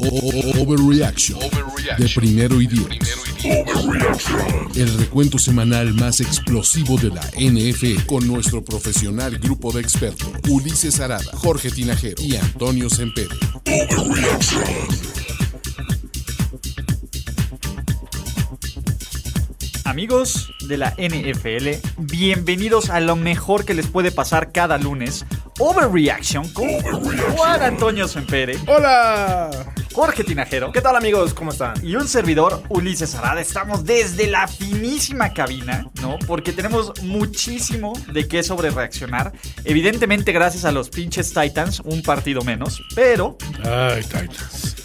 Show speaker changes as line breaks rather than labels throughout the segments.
O- o- Overreaction de primero y diez. El recuento semanal más explosivo de la NF con nuestro profesional grupo de expertos Ulises Arada, Jorge Tinajero y Antonio Sempere.
Amigos de la NFL, bienvenidos a lo mejor que les puede pasar cada lunes. Overreaction con Juan Antonio Sempere,
¡Hola!
Jorge Tinajero
¿Qué tal amigos? ¿Cómo están?
y un servidor, Ulises Arada. Estamos desde la finísima cabina, ¿no? Porque tenemos muchísimo de qué sobre reaccionar. Evidentemente, gracias a los pinches Titans, un partido menos. Pero,
Ay, Titans.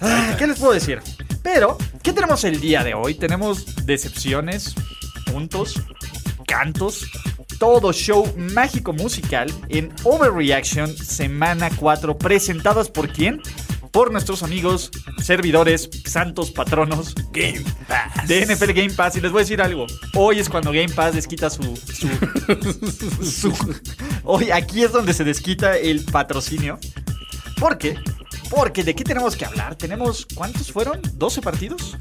ah, ¿qué les puedo decir? Pero, ¿qué tenemos el día de hoy? Tenemos decepciones, puntos, cantos, todo show mágico musical en Overreaction Semana 4, presentadas por quién? Por nuestros amigos, servidores, santos patronos Game Pass. De NFL Game Pass. Y les voy a decir algo. Hoy es cuando Game Pass desquita su. su- su- hoy aquí es donde se desquita el patrocinio. ¿Por qué? Porque de qué tenemos que hablar. Tenemos. ¿Cuántos fueron? ¿12 partidos?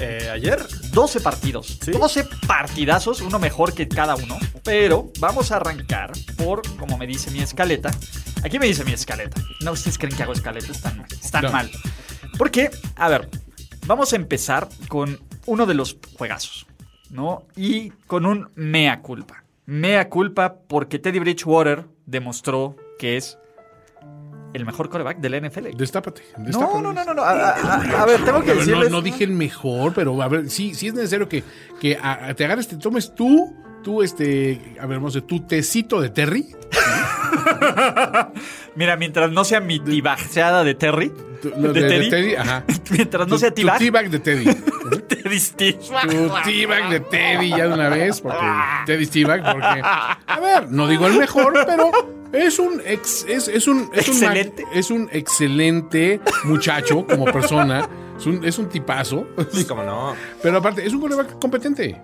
Eh, ayer
12 partidos.
Sí.
12 partidazos, uno mejor que cada uno. Pero vamos a arrancar por, como me dice mi escaleta. Aquí me dice mi escaleta. No, ustedes creen que hago escaleta, están mal. Están
No.
mal. Porque, a ver, vamos a empezar con uno de los juegazos, ¿no? Y con un mea culpa. Mea culpa porque Teddy Bridgewater demostró que es el mejor coreback del NFL.
Destápate.
No,
destápate.
no, no, no, no. A, a- a- a ver, tengo que
A ver, no,
decirles.
no dije el mejor, pero a ver, sí, sí es necesario que, que a- a- te agarres, te tomes tú, tú, este, a ver, hermoso, tu tecito de Terry.
Pues Mira, mientras no sea mi tibajeada de Terry,
Tu-
de,
lo de- de
Teddy,
Teddy, ajá.
mientras no
Tu-
sea
tu
tibaj,
teabag de Teddy. Tu
Teddy Stitch.
teabag de Teddy ya de una vez, porque Teddy teabag, porque, a ver, no digo el mejor, pero es un ex, es, es un, es un ma-
Excelente.
es un excelente muchacho como persona, es un, es un tipazo,
Sí, cómo no.
pero aparte es un coreback competente.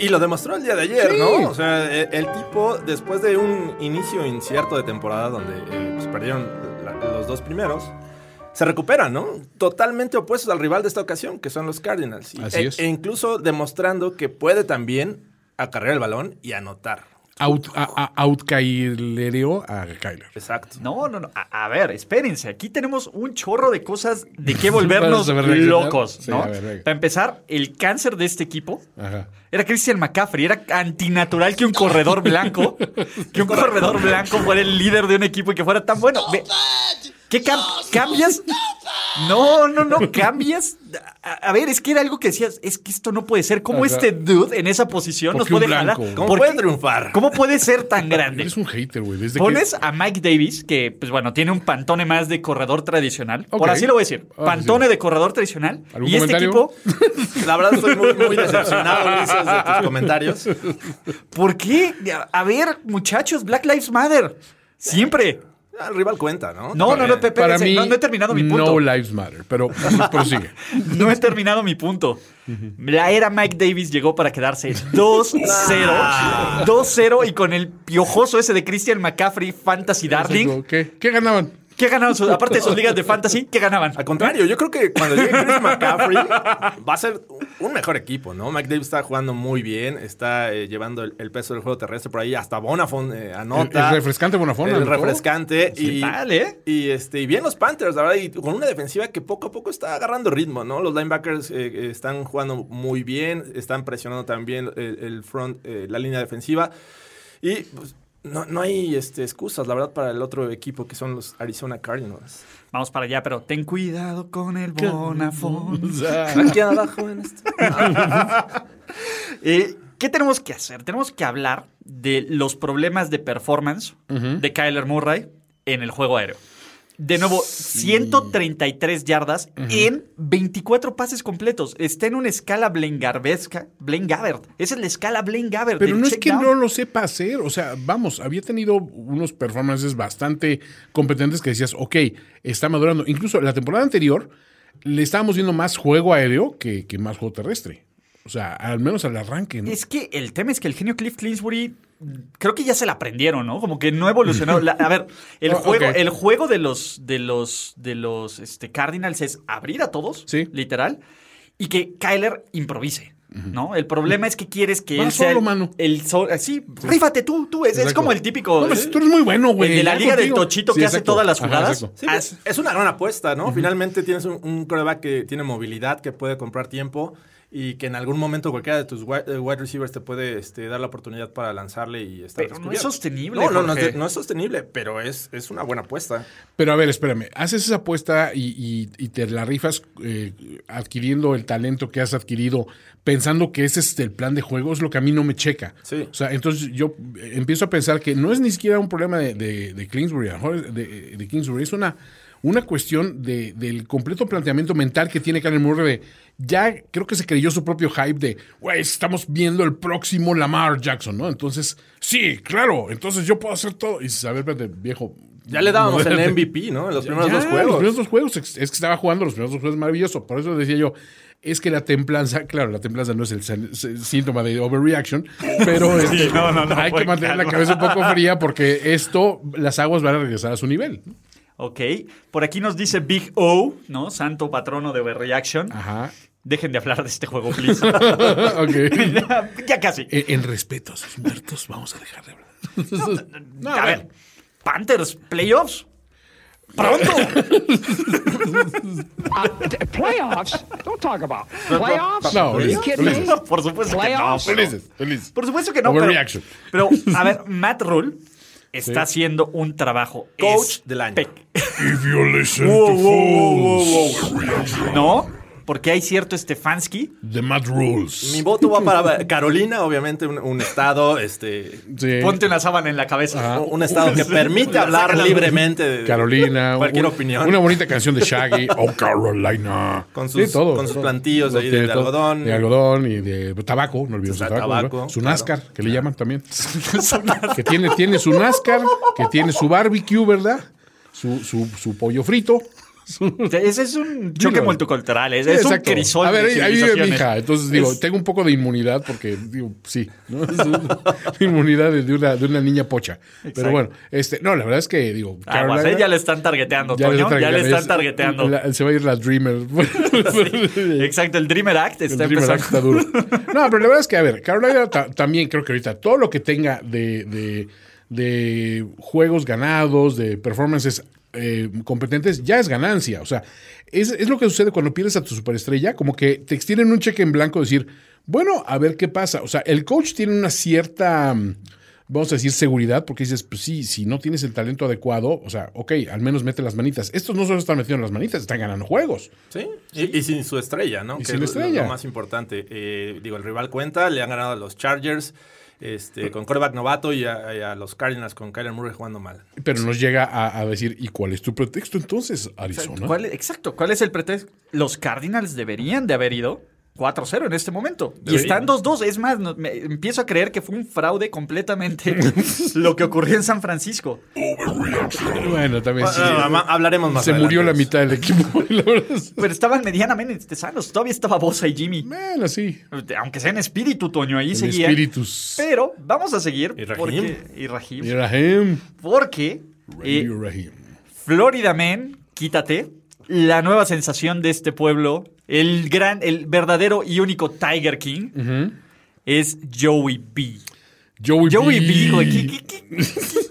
Y, y lo demostró el día de ayer,
Sí.
¿no? O sea, e- el, tipo, después de un inicio incierto de temporada donde eh, pues, perdieron la- los dos primeros, se recuperan, ¿no? Totalmente opuestos al rival de esta ocasión, que son los Cardinals. Y-
Así
e-
es.
E incluso demostrando que puede también acarrear el balón y anotar.
Out, a, a- outcailereo a Kyler.
Pues,
Exacto.
No, no, no. A, a ver, espérense. Aquí tenemos un chorro de cosas de que volvernos
Para saber reaccionar.
locos,
Sí,
¿no?
a ver, venga.
Para empezar, el cáncer de este equipo
Ajá.
Era Christian McCaffrey, era antinatural que un corredor blanco, que un corredor blanco fuera el líder de un equipo y que fuera tan bueno. Ve- ¿Qué cam- cambias? No, no, no, cambias. A, a ver, es que era algo que decías, es que esto no puede ser. ¿Cómo
Ajá.
este dude en esa posición
¿Por
nos
qué un
puede jalar?
blanco?
¿Cómo
¿Por
puede
qué-
triunfar?
¿Cómo puede ser tan grande?
Eres un hater, güey. Desde
Pones
que...
a Mike Davis, que, pues bueno, tiene un pantone más de corredor tradicional.
Ok.
Por así lo voy a decir.
Ah,
Pantone
sí.
de corredor tradicional.
¿Algún
Y este
comentario?
equipo,
La verdad estoy muy, muy decepcionado, Ulises, de tus comentarios.
¿Por qué? A- A ver, muchachos, Black Lives Matter. Siempre.
Ah, El rival cuenta, ¿no?
No, no, no, Pepe,
Para
ese-
mí,
no, no he terminado mi punto.
No lives matter, pero pues, prosigue.
No he terminado mi punto. La era Mike Davis llegó para quedarse 2-0. 2-0 y con el piojoso ese de Christian McCaffrey, Fantasy Darling.
¿Qué, ¿Qué ganaban?
¿Qué ganaban? sus- aparte de sus ligas de Fantasy, ¿qué ganaban?
Al contrario, yo creo que cuando llegue Chris McCaffrey va a ser un mejor equipo, ¿no? McDavid está jugando muy bien, está eh, llevando el, el peso del juego terrestre por ahí, hasta Bonafont eh,
El-
anota.
el refrescante Bonafont
El
anotó.
refrescante.
Sí,
y,
tal, ¿eh?
y, este, y bien los Panthers, la verdad, y con una defensiva que poco a poco está agarrando ritmo, ¿no? Los linebackers eh, eh, están jugando muy bien, están presionando también el, el front, eh, la línea defensiva. Y pues, no, no hay este, excusas, la verdad, para el otro equipo que son los Arizona Cardinals.
Vamos para allá, pero ten cuidado con el Bonafont.
Aquí abajo en este.
Eh, ¿Qué tenemos que hacer? Tenemos que hablar de los problemas de performance de Kyler Murray en el juego aéreo. De nuevo, 133 yardas en 24 pases completos. Está en una escala Blaine Garbesca. Blaine Gabbert. Esa es la escala Blaine Gabbert.
Pero
del
no es
check
que
down.
no lo sepa hacer. O sea, vamos, había tenido unos performances bastante competentes que decías, ok, está madurando. Incluso la temporada anterior le estábamos viendo más juego aéreo que, que más juego terrestre. O sea, al menos al arranque. ¿no?
Es que el tema es que el genio Cliff Clinsbury creo que ya se la aprendieron, ¿no? Como que no ha evolucionado. La- a ver, el
Oh,
juego,
ok.
el juego de los de los de los este, Cardinals es abrir a todos,
Sí.
literal, y que Kyler improvise. ¿No? El problema es que quieres que
Va
él sea
solo,
el,
mano.
el sol- así, rífate tú, tú, es, es
Exacto.
como el típico
No, pues,
¿eh?
tú eres muy bueno, güey.
el de la
ya
liga del
contigo.
tochito
Sí,
que hace
exacto.
todas las
Ajá,
jugadas.
exacto.
Sí, pues,
Haz-
es una gran apuesta, ¿no? Finalmente tienes un, un quarterback que tiene movilidad, que puede comprar tiempo y que en algún momento cualquiera de tus wide, eh, wide receivers te puede este, dar la oportunidad para lanzarle y estar
Pero no
descubierto.
es sostenible,
No, no, no,
Jorge.
es, no es sostenible, pero es, es una buena apuesta.
Pero a ver, espérame, haces esa apuesta y, y- y te la rifas eh, adquiriendo el talento que has adquirido, pensando que ese es el plan de juego, es lo que a mí no me checa.
Sí.
O sea, entonces yo eh, empiezo a pensar que no es ni siquiera un problema de, de, de Kingsbury, a lo mejor es de, de Kingsbury, es una, una cuestión de- del completo planteamiento mental que tiene Karen Murray de, ya creo que se creyó su propio hype de, güey, estamos viendo el próximo Lamar Jackson, ¿no? Entonces, sí, claro, entonces yo puedo hacer todo. Y dices, a ver, espérate, viejo.
Ya le dábamos el
modérate".
MVP, ¿no? En los primeros
Ya,
dos juegos.
Los primeros dos juegos. Es es que estaba jugando los primeros dos juegos maravilloso. Por eso decía yo, es que la templanza, claro, la templanza no es el, san- s- síntoma de overreaction, pero este,
no, no, no,
hay
fue
que mantener la
calma.
cabeza un poco fría porque esto, las aguas van a regresar a su nivel.
Ok, por aquí nos dice Big O, ¿no? Santo patrono de Overreaction.
Ajá.
Dejen de hablar de este juego, please.
ok.
ya, ya casi.
En, en respeto a sus muertos, vamos a dejar de hablar. No,
a ver, Panthers, playoffs. Pronto.
Playoffs? Don't talk about
No,
playoffs. Are you
Ulises,
kidding me?
Ulises,
Por supuesto que no.
Playoffs.
pero-
Ulises, Ulises.
por supuesto que no. pero-
Overreaction.
Pero, a ver, Matt Rule está haciendo un trabajo.
Coach del año.
espec-
If you listen to
¿No? Porque hay cierto Stefanski.
The Mad Rules.
Mi voto va para Carolina, obviamente, un, un estado, este,
Sí.
Ponte una sábana en la cabeza.
un estado que permite hablar libremente de
Carolina.
cualquier
un-
opinión.
Una bonita canción de Shaggy. Oh, Carolina.
Con sus-
Sí, todo,
con sus
todo.
plantillos
Lo
ahí
tiene
de
todo.
algodón.
De algodón y de tabaco. No olvidemos
Está
el tabaco.
tabaco,
¿verdad? Su
claro.
NASCAR, que le llaman también. que tiene, tiene su NASCAR, que tiene su barbecue, ¿verdad? Su, su, su pollo frito.
Ese es un choque
Dilo.
multicultural. Es, es un
Exacto.
crisol.
A ver,
de
ahí, ahí vive mi
civilizaciones.
hija. Entonces digo,
Es-
tengo un poco de inmunidad porque, digo, sí, ¿no? Es una inmunidad de, de una, de una niña pocha. Pero bueno, este, no, la verdad es que digo,
Aguas,
Carolina-
¿eh? ya le están targeteando, Toño. ya le están targeteando.
la- se va a ir la Dreamer.
Exacto, el Dreamer Act
El
está
Dreamer
empezando.
Act Este, está duro. No, pero la verdad es que, a ver, Carolina ta- también creo que ahorita todo lo que tenga de, de, de juegos ganados, de performances eh, competentes, ya es ganancia. O sea, es, es lo que sucede cuando pierdes a tu superestrella, como que te extienden un cheque en blanco, decir, bueno, a ver qué pasa. O sea, el coach tiene una cierta. mm, Vamos a decir seguridad, porque dices, pues sí, si no tienes el talento adecuado, o sea, ok, al menos mete las manitas. Estos no solo están metiendo las manitas, están ganando juegos.
Sí, Y, y sin su estrella, ¿no?
Y
que
sin
es
la
lo-
estrella.
Lo, más importante. Eh, digo, el rival cuenta, le han ganado a los Chargers este, con quarterback novato y a, y a los Cardinals con Kyler Murray jugando mal.
Pero nos llega a, a decir, ¿y cuál es tu pretexto entonces, Arizona?
¿Cuál- exacto, ¿cuál es el pretexto? Los Cardinals deberían de haber ido 4-0 en este momento. Y están 2-2. Es más, no- me- empiezo a creer que fue un fraude completamente lo que ocurrió en San Francisco.
Bueno, también sí.
Ah, ma- hablaremos más
Se
adelante
murió
de
la
eso.
mitad del equipo. la verdad es-
Pero estaban medianamente sanos. Todavía estaba Bosa y Jimmy.
Bueno, sí.
Aunque sea en espíritu, Toño, ahí
El
seguía.
espíritus.
Pero vamos a seguir.
Y Raheem.
Porque, y Raheem.
Irahim.
Porque eh, Florida Man, quítate. La nueva sensación de este pueblo, el gran, el verdadero y único Tiger King, es Joey B.
Joey,
Joey
B.
B, güey. ¿qué- qué- qué- qué-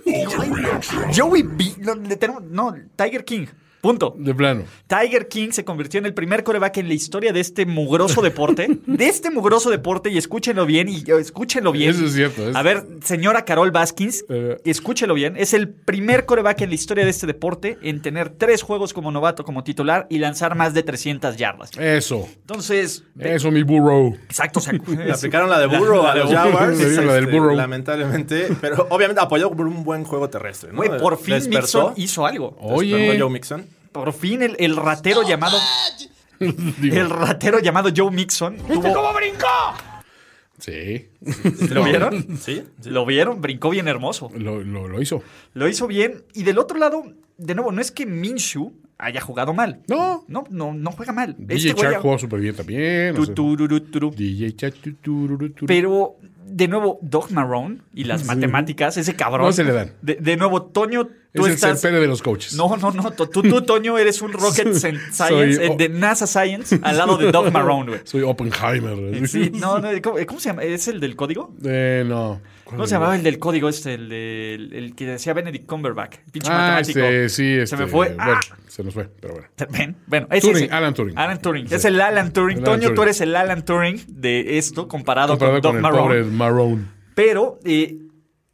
qué- Joey B. No, le tenemos- no, Tiger King. Punto.
De plano.
Tiger King se convirtió en el primer coreback en la historia de este mugroso deporte. De este mugroso deporte, y escúchenlo bien, y escúchenlo bien.
Eso es cierto, es-
A ver, señora Carol Baskins,
Eh.
escúchelo bien. Es el primer coreback en la historia de este deporte en tener tres juegos como novato, como titular y lanzar más de 300 yardas.
Eso.
Entonces,
Eso, mi burro.
exacto, o sea,
Le aplicaron la de
La-
burro
la
a
de
los
Burrow.
Jaguars.
Le dieron la del
este,
Burrow.
Lamentablemente. Pero obviamente apoyado por un buen juego terrestre. ¿no?
güey, por fin
Despertó.
Mixon hizo algo.
Oye.
Despertó Joe Mixon.
Por fin el, el ratero llamado. El ratero llamado Joe Mixon. tuvo-
Sí.
¿Lo vieron?
Sí. sí.
Lo vieron, brincó bien hermoso.
Lo, lo- lo hizo.
Lo hizo bien. Y del otro lado, de nuevo, no es que Minshu haya jugado mal.
No.
No, no, no juega mal.
DJ
Este güey
Shark
ha-
jugó súper bien también. o
Tu,
sea,
tu, ru, ru, tu, ru.
DJ Shark. tu, tu, ru, ru, tu, ru.
Pero, de nuevo, Doc Marrone y las matemáticas, ese cabrón.
No se le dan.
De, de nuevo, Toño, tú
es el
estás.
Cepere de los coaches.
No, no, no. to- Tú, tú, Toño, eres un Rocket sen- Science,
soy-
eh, de NASA Science, al lado de Doc Marrone, güey.
Soy Oppenheimer.
Sí, no, no, ¿cómo, cómo se llama? ¿Es el del código?
Eh, no. ¿Cuál
¿Cómo
es?
se llamaba el del código este? El, de- el- el que decía Benedict Cumberbatch. Pinche
Ah,
matemático.
este, sí, este.
Se me fue.
bueno,
¡Ah!
se nos fue, pero bueno.
Ven, bueno, ese
Turing,
es el-
Alan Turing.
Alan Turing.
Sí.
Es el Alan Turing.
El Alan
Toño,
Turing.
tú eres el Alan Turing de esto comparado,
Comparado con
con Doc
el pobre
Marrone.
Marrone.
Pero, eh,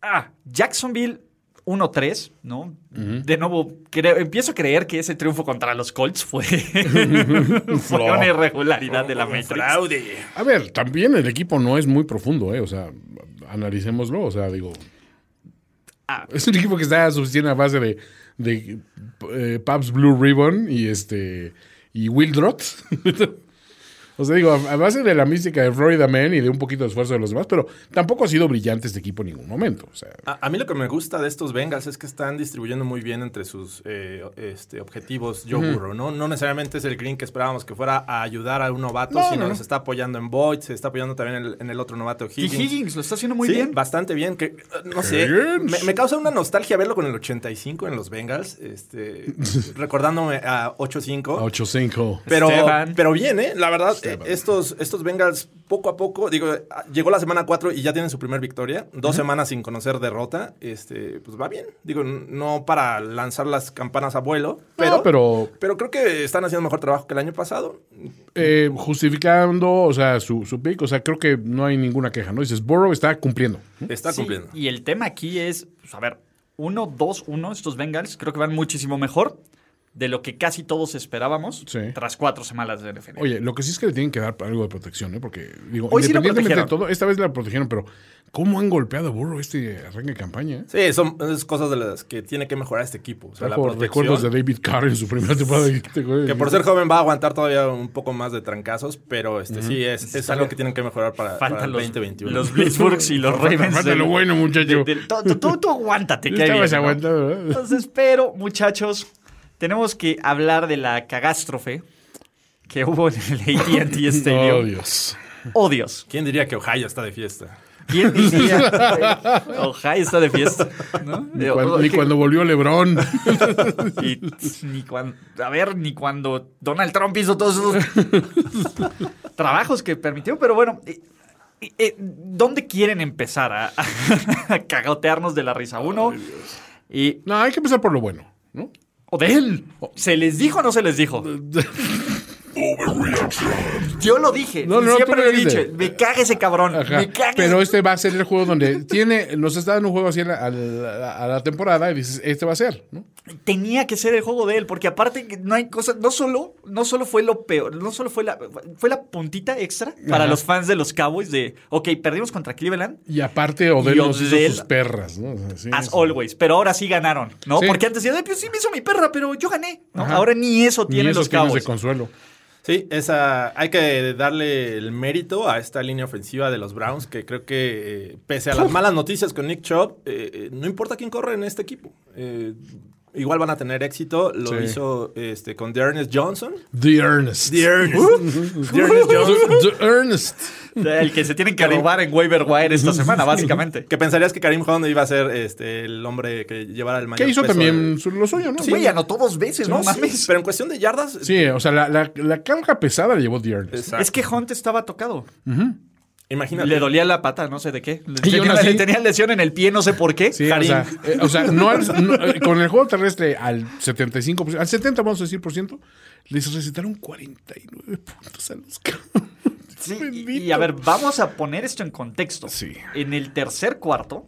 ah, Jacksonville 1-3, ¿no? De nuevo, creo, empiezo a creer que ese triunfo contra los Colts fue, fue una irregularidad de la
Oh,
Matrix.
Fraude.
A ver, también el equipo no es muy profundo, ¿eh? O sea, analicémoslo. O sea, digo.
Ah.
Es un equipo que está suficiente a base de, de eh, Pabst Blue Ribbon y este. Y Will Drott. o sea, digo, a, a base de la mística de Florida Man y de un poquito de esfuerzo de los demás, pero tampoco ha sido brillante este equipo en ningún momento. O sea,
A, a mí lo que me gusta de estos Bengals es que están distribuyendo muy bien entre sus eh, este, objetivos Joe Burrow, ¿no? No necesariamente es el green que esperábamos que fuera a ayudar a un novato,
No,
sino
no, no.
se está apoyando en Boyd, se está apoyando también en el, en el otro novato
Y
Higgins.
Higgins lo está haciendo muy
Sí,
bien.
bastante bien. Que, eh, no sé,
Higgins.
me, me causa una nostalgia verlo con el 85 en los Bengals, este, recordándome a 8-5.
8-5.
Pero,
Pues Esteban.
pero bien, ¿eh? La verdad, eh, estos, estos Bengals poco a poco, digo, eh, llegó la semana 4 y ya tienen su primer victoria. Dos semanas sin conocer derrota. Este, pues va bien. Digo, n- no para lanzar las campanas a vuelo, pero,
No, pero
pero creo que están haciendo mejor trabajo que el año pasado.
eh, justificando, o sea, su, su pick, o sea, creo que no hay ninguna queja, ¿no? Dices, Burrow está cumpliendo.
Está
Sí,
cumpliendo.
Y el tema aquí es, pues, a ver, 1-2-1, estos Bengals creo que van muchísimo mejor de lo que casi todos esperábamos
Sí.
tras cuatro semanas de NFL.
Oye, lo que sí es que le tienen que dar algo de protección, ¿eh? Porque, digo,
Hoy sí lo
independientemente de
protegieron.
todo, esta vez la protegieron, pero ¿cómo han golpeado a Burrow este arranque de campaña? eh?
Sí, son es cosas de las que tiene que mejorar este equipo. O sea, la
Trajo
protección,
recuerdos de David Carr en su primera temporada.
Que por ser joven va a aguantar todavía un poco más de trancazos, pero este sí es, es algo que tienen que mejorar para, para
Faltan
el
los,
2021.
los Blitzburgs y los Ravens.
Falta
del-
lo bueno, muchacho.
del- del- tú- tú- tú- tú aguántate, que ahí
Estabas
viene, ¿no?
aguantando, ¿verdad?
Entonces, pero, muchachos, tenemos que hablar de la cagástrofe que hubo en el
Oh,
AT&T Stadium.
Dios.
Oh, Dios.
¿Quién diría que Ohio está de fiesta?
¿Quién diría? Ohio está de fiesta, ¿no?
Ni cuando, ni cuando volvió LeBron.
Y ni cuando, a ver, ni cuando Donald Trump hizo todos esos trabajos que permitió, pero bueno, eh, eh, eh, ¿dónde quieren empezar a, a cagotearnos de la risa? Uno, y
No, hay que empezar por lo bueno, ¿no?
Odell, ¿se les dijo o no se les dijo? Yo lo dije,
No,
y
no, tú
siempre
lo
lo he dicho,
dijiste.
me caga ese cabrón,
Ajá.
me caga
Pero
ese-
este va a ser el juego donde tiene, nos está dando un juego así a la, a la- a la temporada y dices, este va a ser, ¿no?
tenía que ser el juego de él, porque aparte que no hay cosas, no solo, no solo fue lo peor, no solo fue la, fue la puntita extra para los fans de los Cowboys de, ok, perdimos contra Cleveland,
Y aparte, Odell
Y
nos hizo
Odell-
sus perras, ¿no? O sea, sí,
as
sí.
always, pero ahora sí ganaron, ¿no?
Sí.
Porque antes decían, "Ay, pues sí me hizo mi perra, pero yo gané, ¿no?
Ajá.
Ahora ni eso
Ni
tienen
esos
los
tienes
Cowboys.
de consuelo.
Sí, esa, hay que darle el mérito a esta línea ofensiva de los Browns, que creo que eh, pese a las malas noticias con Nick Chubb, eh, eh, no importa quién corre en este equipo. Eh, igual van a tener éxito. Lo
Sí.
hizo este, con Dearness Johnson. Uh.
The Ernest.
Er-,
Dearness. Dearness Johnson.
The, the Ernest.
El que se tienen que robar en waiver wire esta semana, básicamente.
Que pensarías que Karim Hunt iba a ser este, el hombre que llevara el mayor
Que hizo
peso
también
de-
su- lo suyo, ¿no?
Sí, güey, anotó dos veces, no,
No, sí,
mames.
pero en cuestión de yardas...
Sí, o sea, la, la, la carga pesada la llevó The Ernest.
exacto.
Es que Hunt estaba tocado.
Imagínate.
Le dolía la pata, no sé de qué. Le
Y aún
tenía,
así-
le tenía lesión en el pie, no sé por qué.
Sí, o
Karim.
sea, eh, o sea, no al- no, eh, con el juego terrestre al 75%, al 70% vamos a decir por ciento, les recetaron 49 puntos a los cabrones.
Sí, y-
Bendito.
y a ver, vamos a poner esto en contexto.
Sí.
En el tercer cuarto,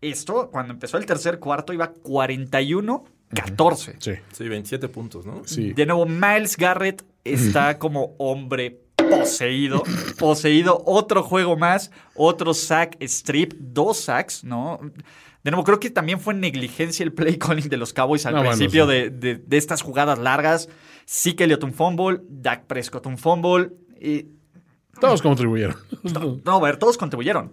esto, cuando empezó el tercer cuarto, iba 41-14.
Sí,
Sí, 27 puntos, ¿no?
sí.
De nuevo, Miles Garrett está como hombre poseído. Poseído. Otro juego más. Otro sack strip. Dos sacks, ¿no? De nuevo, creo que también fue negligencia el play calling de los Cowboys al
No, bueno,
principio
sí.
de, de- de estas jugadas largas. Sí que Elliott un fumble. Dak Prescott un fumble. Y
Todos contribuyeron.
no, a ver, todos contribuyeron.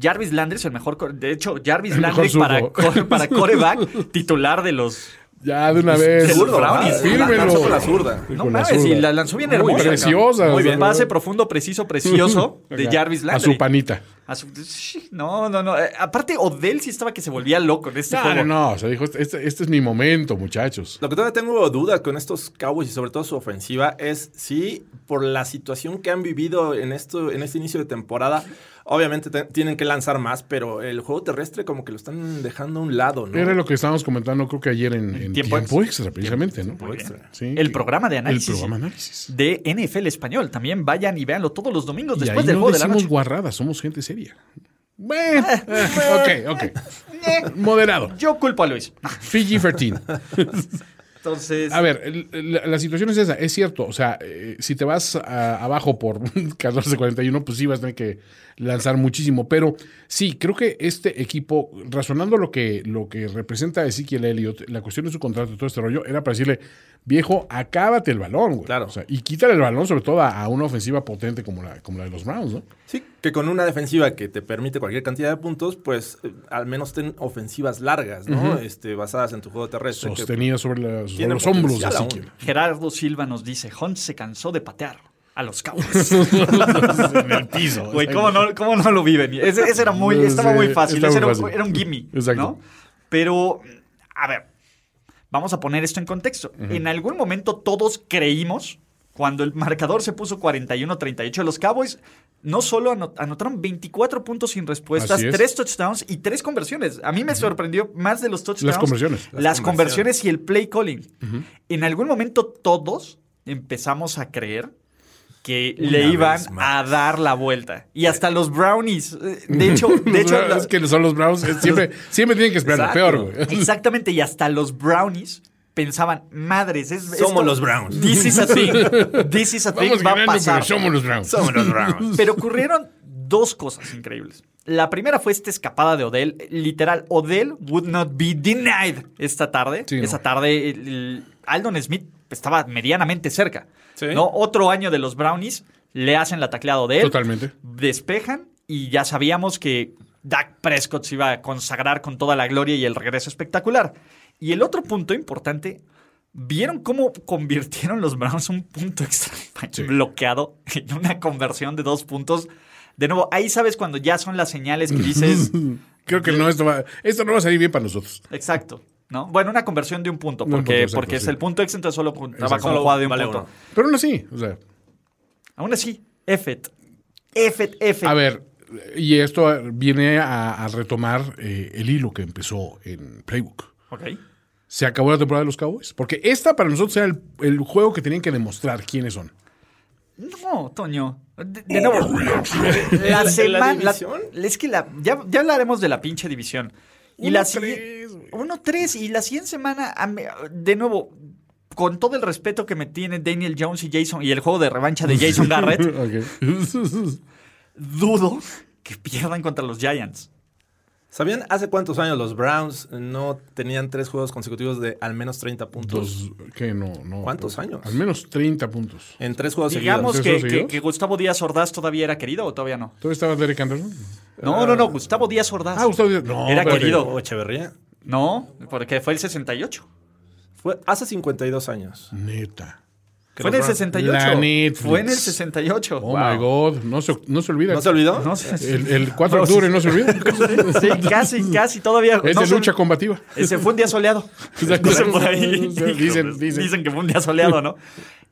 Jarvis Landry es el mejor. cor- De hecho, Jarvis
El mejor
Landry para,
zurdo.
cor- para coreback titular de los.
Ya de una vez.
Seguro, Brownies.
¿verdad?
Fírmelo.
Lanzó con la zurda.
No
Con la
mames, y
zurda.
la lanzó bien hermosa. cabrón.
preciosa,
Muy bien.
o sea,
Pase profundo, preciso, precioso de
Acá,
Jarvis
A
Landry.
su panita.
A su- sí, No, no, no. Eh, Aparte, Odell sí estaba que se volvía loco en este
No,
juego.
no, no. O sea, dijo, este, este- este es mi momento, muchachos.
Lo que todavía tengo duda con estos Cowboys y sobre todo su ofensiva es si por la situación que han vivido en, esto, en este inicio de temporada, obviamente te- tienen que lanzar más, pero el juego terrestre como que lo están dejando a un lado, ¿no?
Era lo que estábamos comentando, creo que ayer en, en
Tiempo
tiempo,
extra.
extra, precisamente, ¿no?
Tiempo extra.
Sí.
El programa de análisis.
El programa de análisis.
De NFL español. También vayan y véanlo todos los domingos
Y
después
ahí
del
no
juego de la
decimos
noche.
guarradas, somos gente seria. Bueno, eh, ok, ok.
Eh,
Moderado.
Yo culpo a Luis.
Fiji 13.
Entonces.
A ver, el- el- la, la situación es esa, es cierto. O sea, eh, si te vas a- abajo por 14-41, pues sí vas a tener que lanzar muchísimo. Pero sí, creo que este equipo, razonando lo que, lo que representa Ezequiel Elliott, la cuestión de su contrato y todo este rollo, era para decirle, viejo, acábate el balón, güey.
Claro.
O sea, y quítale el balón, sobre todo a, a una ofensiva potente como la, como la de los Browns, ¿no?
Sí, que con una defensiva que te permite cualquier cantidad de puntos, pues eh, al menos ten ofensivas largas, ¿no? este, basadas en tu juego terrestre. que-
Sostenida sobre, la- sobre
Tiene
los hombros de
potencial aún.
Ezequiel.
Gerardo Silva nos dice: Hunt se cansó de patear a los Cowboys.
en el piso.
Güey, ¿cómo no, cómo no lo viven? Ese, ese era muy,
No
estaba
sé,
muy fácil.
estaba
ese
muy
era,
fácil.
era un gimme.
Exacto.
¿no? Pero, a ver, vamos a poner esto en contexto. En algún momento todos creímos, cuando el marcador se puso 41-38, los Cowboys no solo ano- anotaron 24 puntos sin respuestas,
Así es.
3 touchdowns y 3 conversiones. A mí me sorprendió más de los touchdowns.
conversiones.
Las, conversiones y el play calling. En algún momento todos empezamos a creer que le
vez
iban a
más.
dar la vuelta. Y hasta los brownies. eh, De hecho, de hecho
es que son los Browns, es- siempre, siempre tienen que esperar
Exacto.
lo peor, güey.
exactamente, y hasta los brownies pensaban, madres, es,
Somos los Browns.
This is a thing. This is a thing.
Vamos
va a
ganando,
pasar.
pero somos los Browns.
Somos los Browns.
Pero ocurrieron dos cosas increíbles. La primera fue esta escapada de Odell. Literal, Odell would not be denied esta tarde.
Sí, no.
Esa tarde, el- el Aldon Smith estaba medianamente cerca.
Sí.
¿no? Otro año de los Brownies le hacen la tacleada a Odell.
Totalmente.
Despejan y ya sabíamos que Dak Prescott se iba a consagrar con toda la gloria y el regreso espectacular. Y el otro punto importante. ¿Vieron cómo convirtieron los Browns un punto extra bloqueado en una conversión de dos puntos? De nuevo, ahí sabes cuando ya son las señales que dices.
Creo que no, esto, va, esto no va a salir bien para nosotros.
exacto. ¿No? Bueno, una conversión de un punto,
De un
porque,
punto, exacto,
porque es
sí.
el punto extra, entonces solo contaba
Exacto.
como
Solo
jugada de un
vale
punto.
uno.
Pero aún así, o sea,
Aún así, E Effet. Effet, Effet.
a ver, y esto viene a, a retomar eh, el hilo que empezó en Playbook.
Ok.
Se acabó la temporada de los Cowboys, porque esta para nosotros era el, el juego que tenían que demostrar quiénes son.
No, Toño. De, de
Oh,
nuevo. la semana. la-
división?
es que la, ya, ya hablaremos de la pinche división. Y la siguiente.
1-3, güey.
1-3. Y la siguiente semana, a me- de nuevo, con todo el respeto que me tiene Daniel Jones y Jason y el juego de revancha de Jason Garrett,
Ok.
dudo que pierdan contra los Giants.
¿Sabían hace cuántos años los Browns no tenían tres juegos consecutivos de al menos 30 puntos?
Dos, que no, no.
¿Cuántos años?
Al menos 30 puntos.
En tres juegos
Digamos
seguidos.
que,
¿Esos
que-
seguidos?
que Gustavo Díaz Ordaz todavía era querido o todavía no.
¿Todavía estaba Derek Anderson?
No, no, no, Gustavo Díaz Ordaz.
Ah, Gustavo Díaz- No,
Era
espérate.
querido.
O Echeverría.
No, porque fue el 68.
Fue hace 52 años.
Neta.
Fue en el 68.
La Netflix.
Fue en el 68.
Oh my God. No se, no se olvida.
¿No se olvidó?
No sé.
El, el 4 de octubre no se olvida.
Sí, casi, casi todavía.
Es
no
de
sé.
lucha combativa.
Ese fue un día soleado.
Exacto.
Dicen por ahí.
Dicen,
Híjoles,
dicen.
dicen que fue un día soleado, ¿no?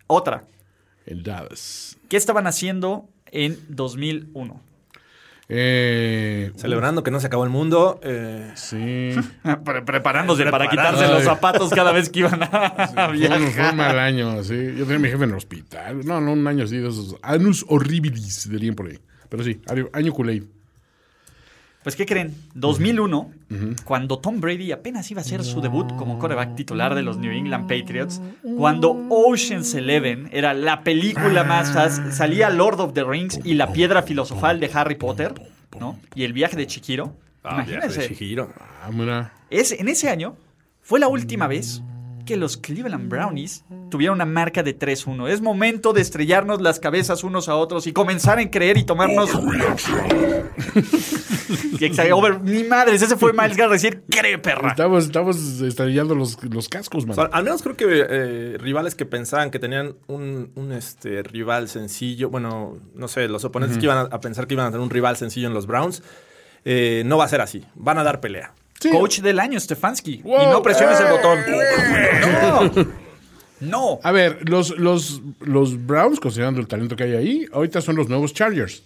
Otra.
El Dallas.
¿Qué estaban haciendo en 2001?
Eh,
Celebrando que no se acabó el mundo. eh,
sí.
Pre- preparándose para quitarse los zapatos cada vez que iban a
Fue un, fue un
viajar.
mal año, sí. Yo tenía a mi jefe en el hospital. No, no, un año así de esos. Anus horribilis, dirían por ahí. Pero sí, año- año culé.
Pues, ¿qué creen? 2001, cuando Tom Brady apenas iba a hacer su debut como coreback titular de los New England Patriots, cuando Ocean's Eleven era la película más... as- Salía Lord of the Rings y la piedra filosofal de Harry Potter, ¿no? Y el viaje de Chiquiro.
Ah, de
Imagínense.
Chihiro.
Ah, mira.
Es, en ese año fue la
Mm.
última vez que los Cleveland Brownies tuvieron una marca de 3-1. Es momento de estrellarnos las cabezas unos a otros y comenzar en creer y tomarnos... Y exacto, over- ni madres, ese fue Miles Garrett decir, cree perra.
Estamos, estamos estrellando los, los cascos, man.
O sea, al menos creo que eh, rivales que pensaban que tenían un, un, este, rival sencillo, bueno, no sé, los oponentes que iban a, a pensar que iban a tener un rival sencillo en los Browns, eh, no va a ser así. Van a dar pelea.
Sí.
Coach del año, Stefanski.
Wow.
Y no presiones el
Eh.
botón. No. No.
A ver, los, los, los Browns, considerando el talento que hay ahí, ahorita son los nuevos Chargers.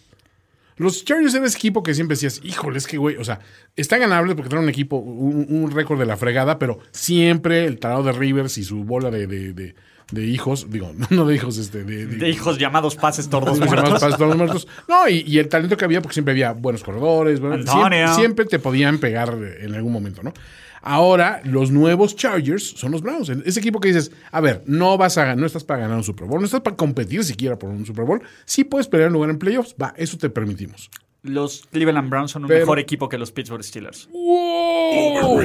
Los Chargers era ese equipo que siempre decías, híjole, es que güey, o sea, está ganable porque trae un equipo, un, un récord de la fregada, pero siempre el tarado de Rivers y su bola de, de- de- de hijos, digo, no de hijos, este, de, de-
De hijos llamados pases tordos
los llamados
muertos.
pases todos muertos. No, y, y el talento que había, porque siempre había buenos corredores, bueno,
Antonio.
siempre, siempre te podían pegar en algún momento, ¿no? Ahora, los nuevos Chargers son los Browns. Ese equipo que dices, a ver, no vas a gan- no estás para ganar un Super Bowl, no estás para competir siquiera por un Super Bowl. Sí puedes pelear un lugar en playoffs, va, eso te permitimos.
Los Cleveland Browns son un
Pero-
mejor equipo que los Pittsburgh Steelers. No,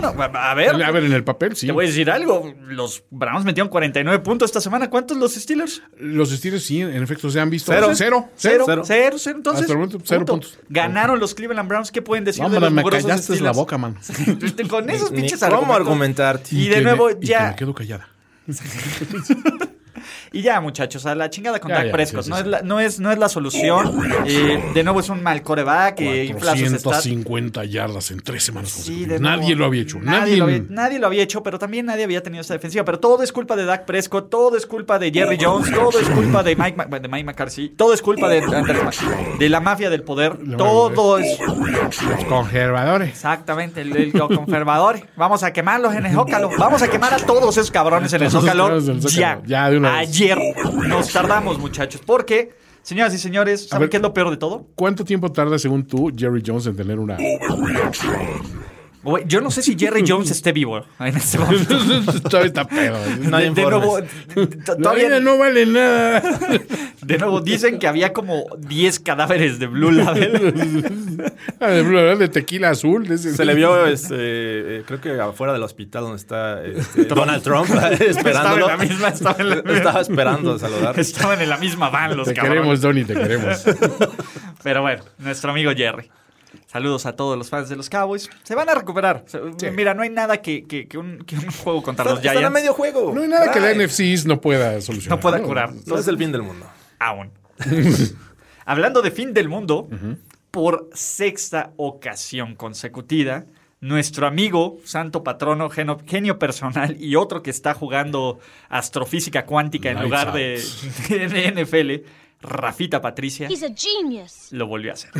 no. A ver.
A ver, en el papel, sí.
Te voy a decir algo. Los Browns metieron 49 puntos esta semana. ¿Cuántos los Steelers?
Los Steelers sí, en efecto, se han visto.
Cero.
cero.
Cero,
Cero.
cero, cero. Entonces,
Hasta el momento, cero
punto.
puntos.
Ganaron los Cleveland Browns. ¿Qué pueden decir de
Vámonos,
los
me
mugrosos
callaste la
Steelers? Este,
boca, man.
Con esos
Ni
pinches
cómo
argumentos.
argumentarte.
Y de
que me-
nuevo,
y que
ya.
me quedo callada.
Y ya, muchachos, a la chingada con
Ya,
Dak
ya,
Prescott.
sí, sí,
no,
sí. Oh,
Es la, no, es, no es la solución. Eh, de nuevo, es un mal coreback. Que infla sus stats.
450 yardas en tres semanas
Sí,
consecutivas.
de nuevo.
Pues, nadie lo había hecho.
Nadie,
Nadie,
lo había, nadie lo había hecho, pero también nadie había tenido esta defensiva. Pero todo es culpa de Dak Prescott, todo es culpa de Jerry
Oh,
Jones, todo es culpa de Mike, Ma- de Mike McCarthy, todo es culpa de, Andrés Ma- de la mafia del poder. Todo es
Los conservadores.
exactamente el, el- los conservadores. Vamos a quemarlos en el Zócalo. Vamos a quemar a todos esos cabrones en el
Todos
Zócalo.
esos cabrones del
Ya,
Zócalo. Ya, de una vez.
ayer nos tardamos, muchachos, porque, señoras y señores, ¿saben
ver.
qué es lo peor de todo?
¿Cuánto tiempo tarda, según tú, Jerry Jones en tener una.
Güey, Yo no sé si Jerry Jones esté vivo en este momento.
Todavía está pedo.
No hay
De- de
informes.
nuevo,
La
todavía-
vida no vale nada.
De nuevo, dicen que había como 10 cadáveres de Blue Label.
Ah, de, de- de tequila azul. de ese-
Se le vio, este, eh, creo que afuera del hospital donde está este, Donald Trump,
Estaba
esperándolo.
en la misma, estaba en la misma.
Estaba esperando saludar.
Estaban en la misma van los
Te
cabrones.
queremos, Donny, te queremos.
Pero bueno, nuestro amigo Jerry. Saludos a todos los fans de los Cowboys. Se van a recuperar. Se- Mira, no hay nada que, que- que un, que un juego contra los
Están a
Giants
medio juego.
No hay nada que la
Caray.
NFC no pueda solucionar.
no pueda curar.
No es el fin del mundo.
Aún. Hablando de fin del mundo, por sexta ocasión consecutiva, nuestro amigo, santo patrono, geno- genio personal y otro que está jugando astrofísica cuántica en
Lights
lugar de, de NFL, Rafita Patricia,
He's a genius.
lo volvió a hacer.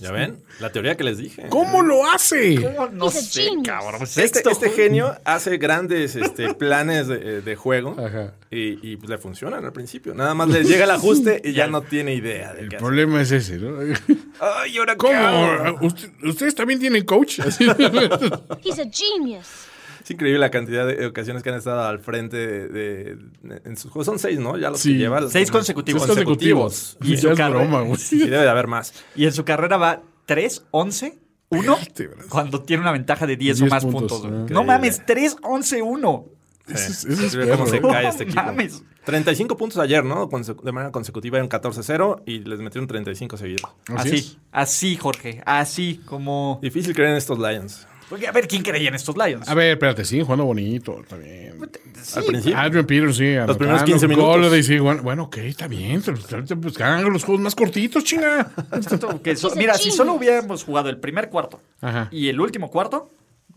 ¿Ya ven? La teoría que les dije.
¿Cómo lo hace?
No
He's a
sé,
genius.
cabrón.
Este,
Sexto
este
ju-
genio hace grandes este, planes de, eh, de juego
Ajá.
y, y, pues, le funcionan al principio. Nada más le llega el ajuste y ya no tiene idea de
El
qué hacer.
problema es ese, ¿no?
Ay, ¿ahora qué hago?
¿Cómo? ¿Usted- ¿Ustedes también tienen coach? Así.
He's a genius.
Es increíble la cantidad de ocasiones que han estado al frente de, de- de- en sus juegos. Son seis, ¿no? Ya los
Sí.
que lleva. los-
Seis consecutivos.
Son consecutivos.
Y
Y
su
ya es
carrera.
broma, güey.
Y debe de haber más.
Y en su carrera va 3, 11, 1,
Este, bro.
cuando tiene una ventaja de 10, o
10
más puntos.
puntos,
güey.
¿no?
no mames, 3, 11, 1.
Ese es-
Sí.
ese es
Mira cómo
perro.
se cae este
No
equipo.
mames.
35 puntos ayer, ¿no? Conse- De manera consecutiva en 14-0 y les metieron 35 seguidos.
Así
Así,
es.
así, Jorge. Así como.
Difícil creer en estos Lions.
Porque, a ver, ¿quién creía en estos Lions?
A ver, espérate, sí, jugando bonito, está bien.
al principio.
Ah, Adrian Peters, sí. Los
primeros 15 minutos.
sí, bueno, bueno, ok, está bien. te- te- te- Pues que hagan los juegos más cortitos, chinga.
Exacto, que so-
He's a
mira, si
genius.
solo hubiéramos jugado el primer cuarto
Ajá.
y el último cuarto,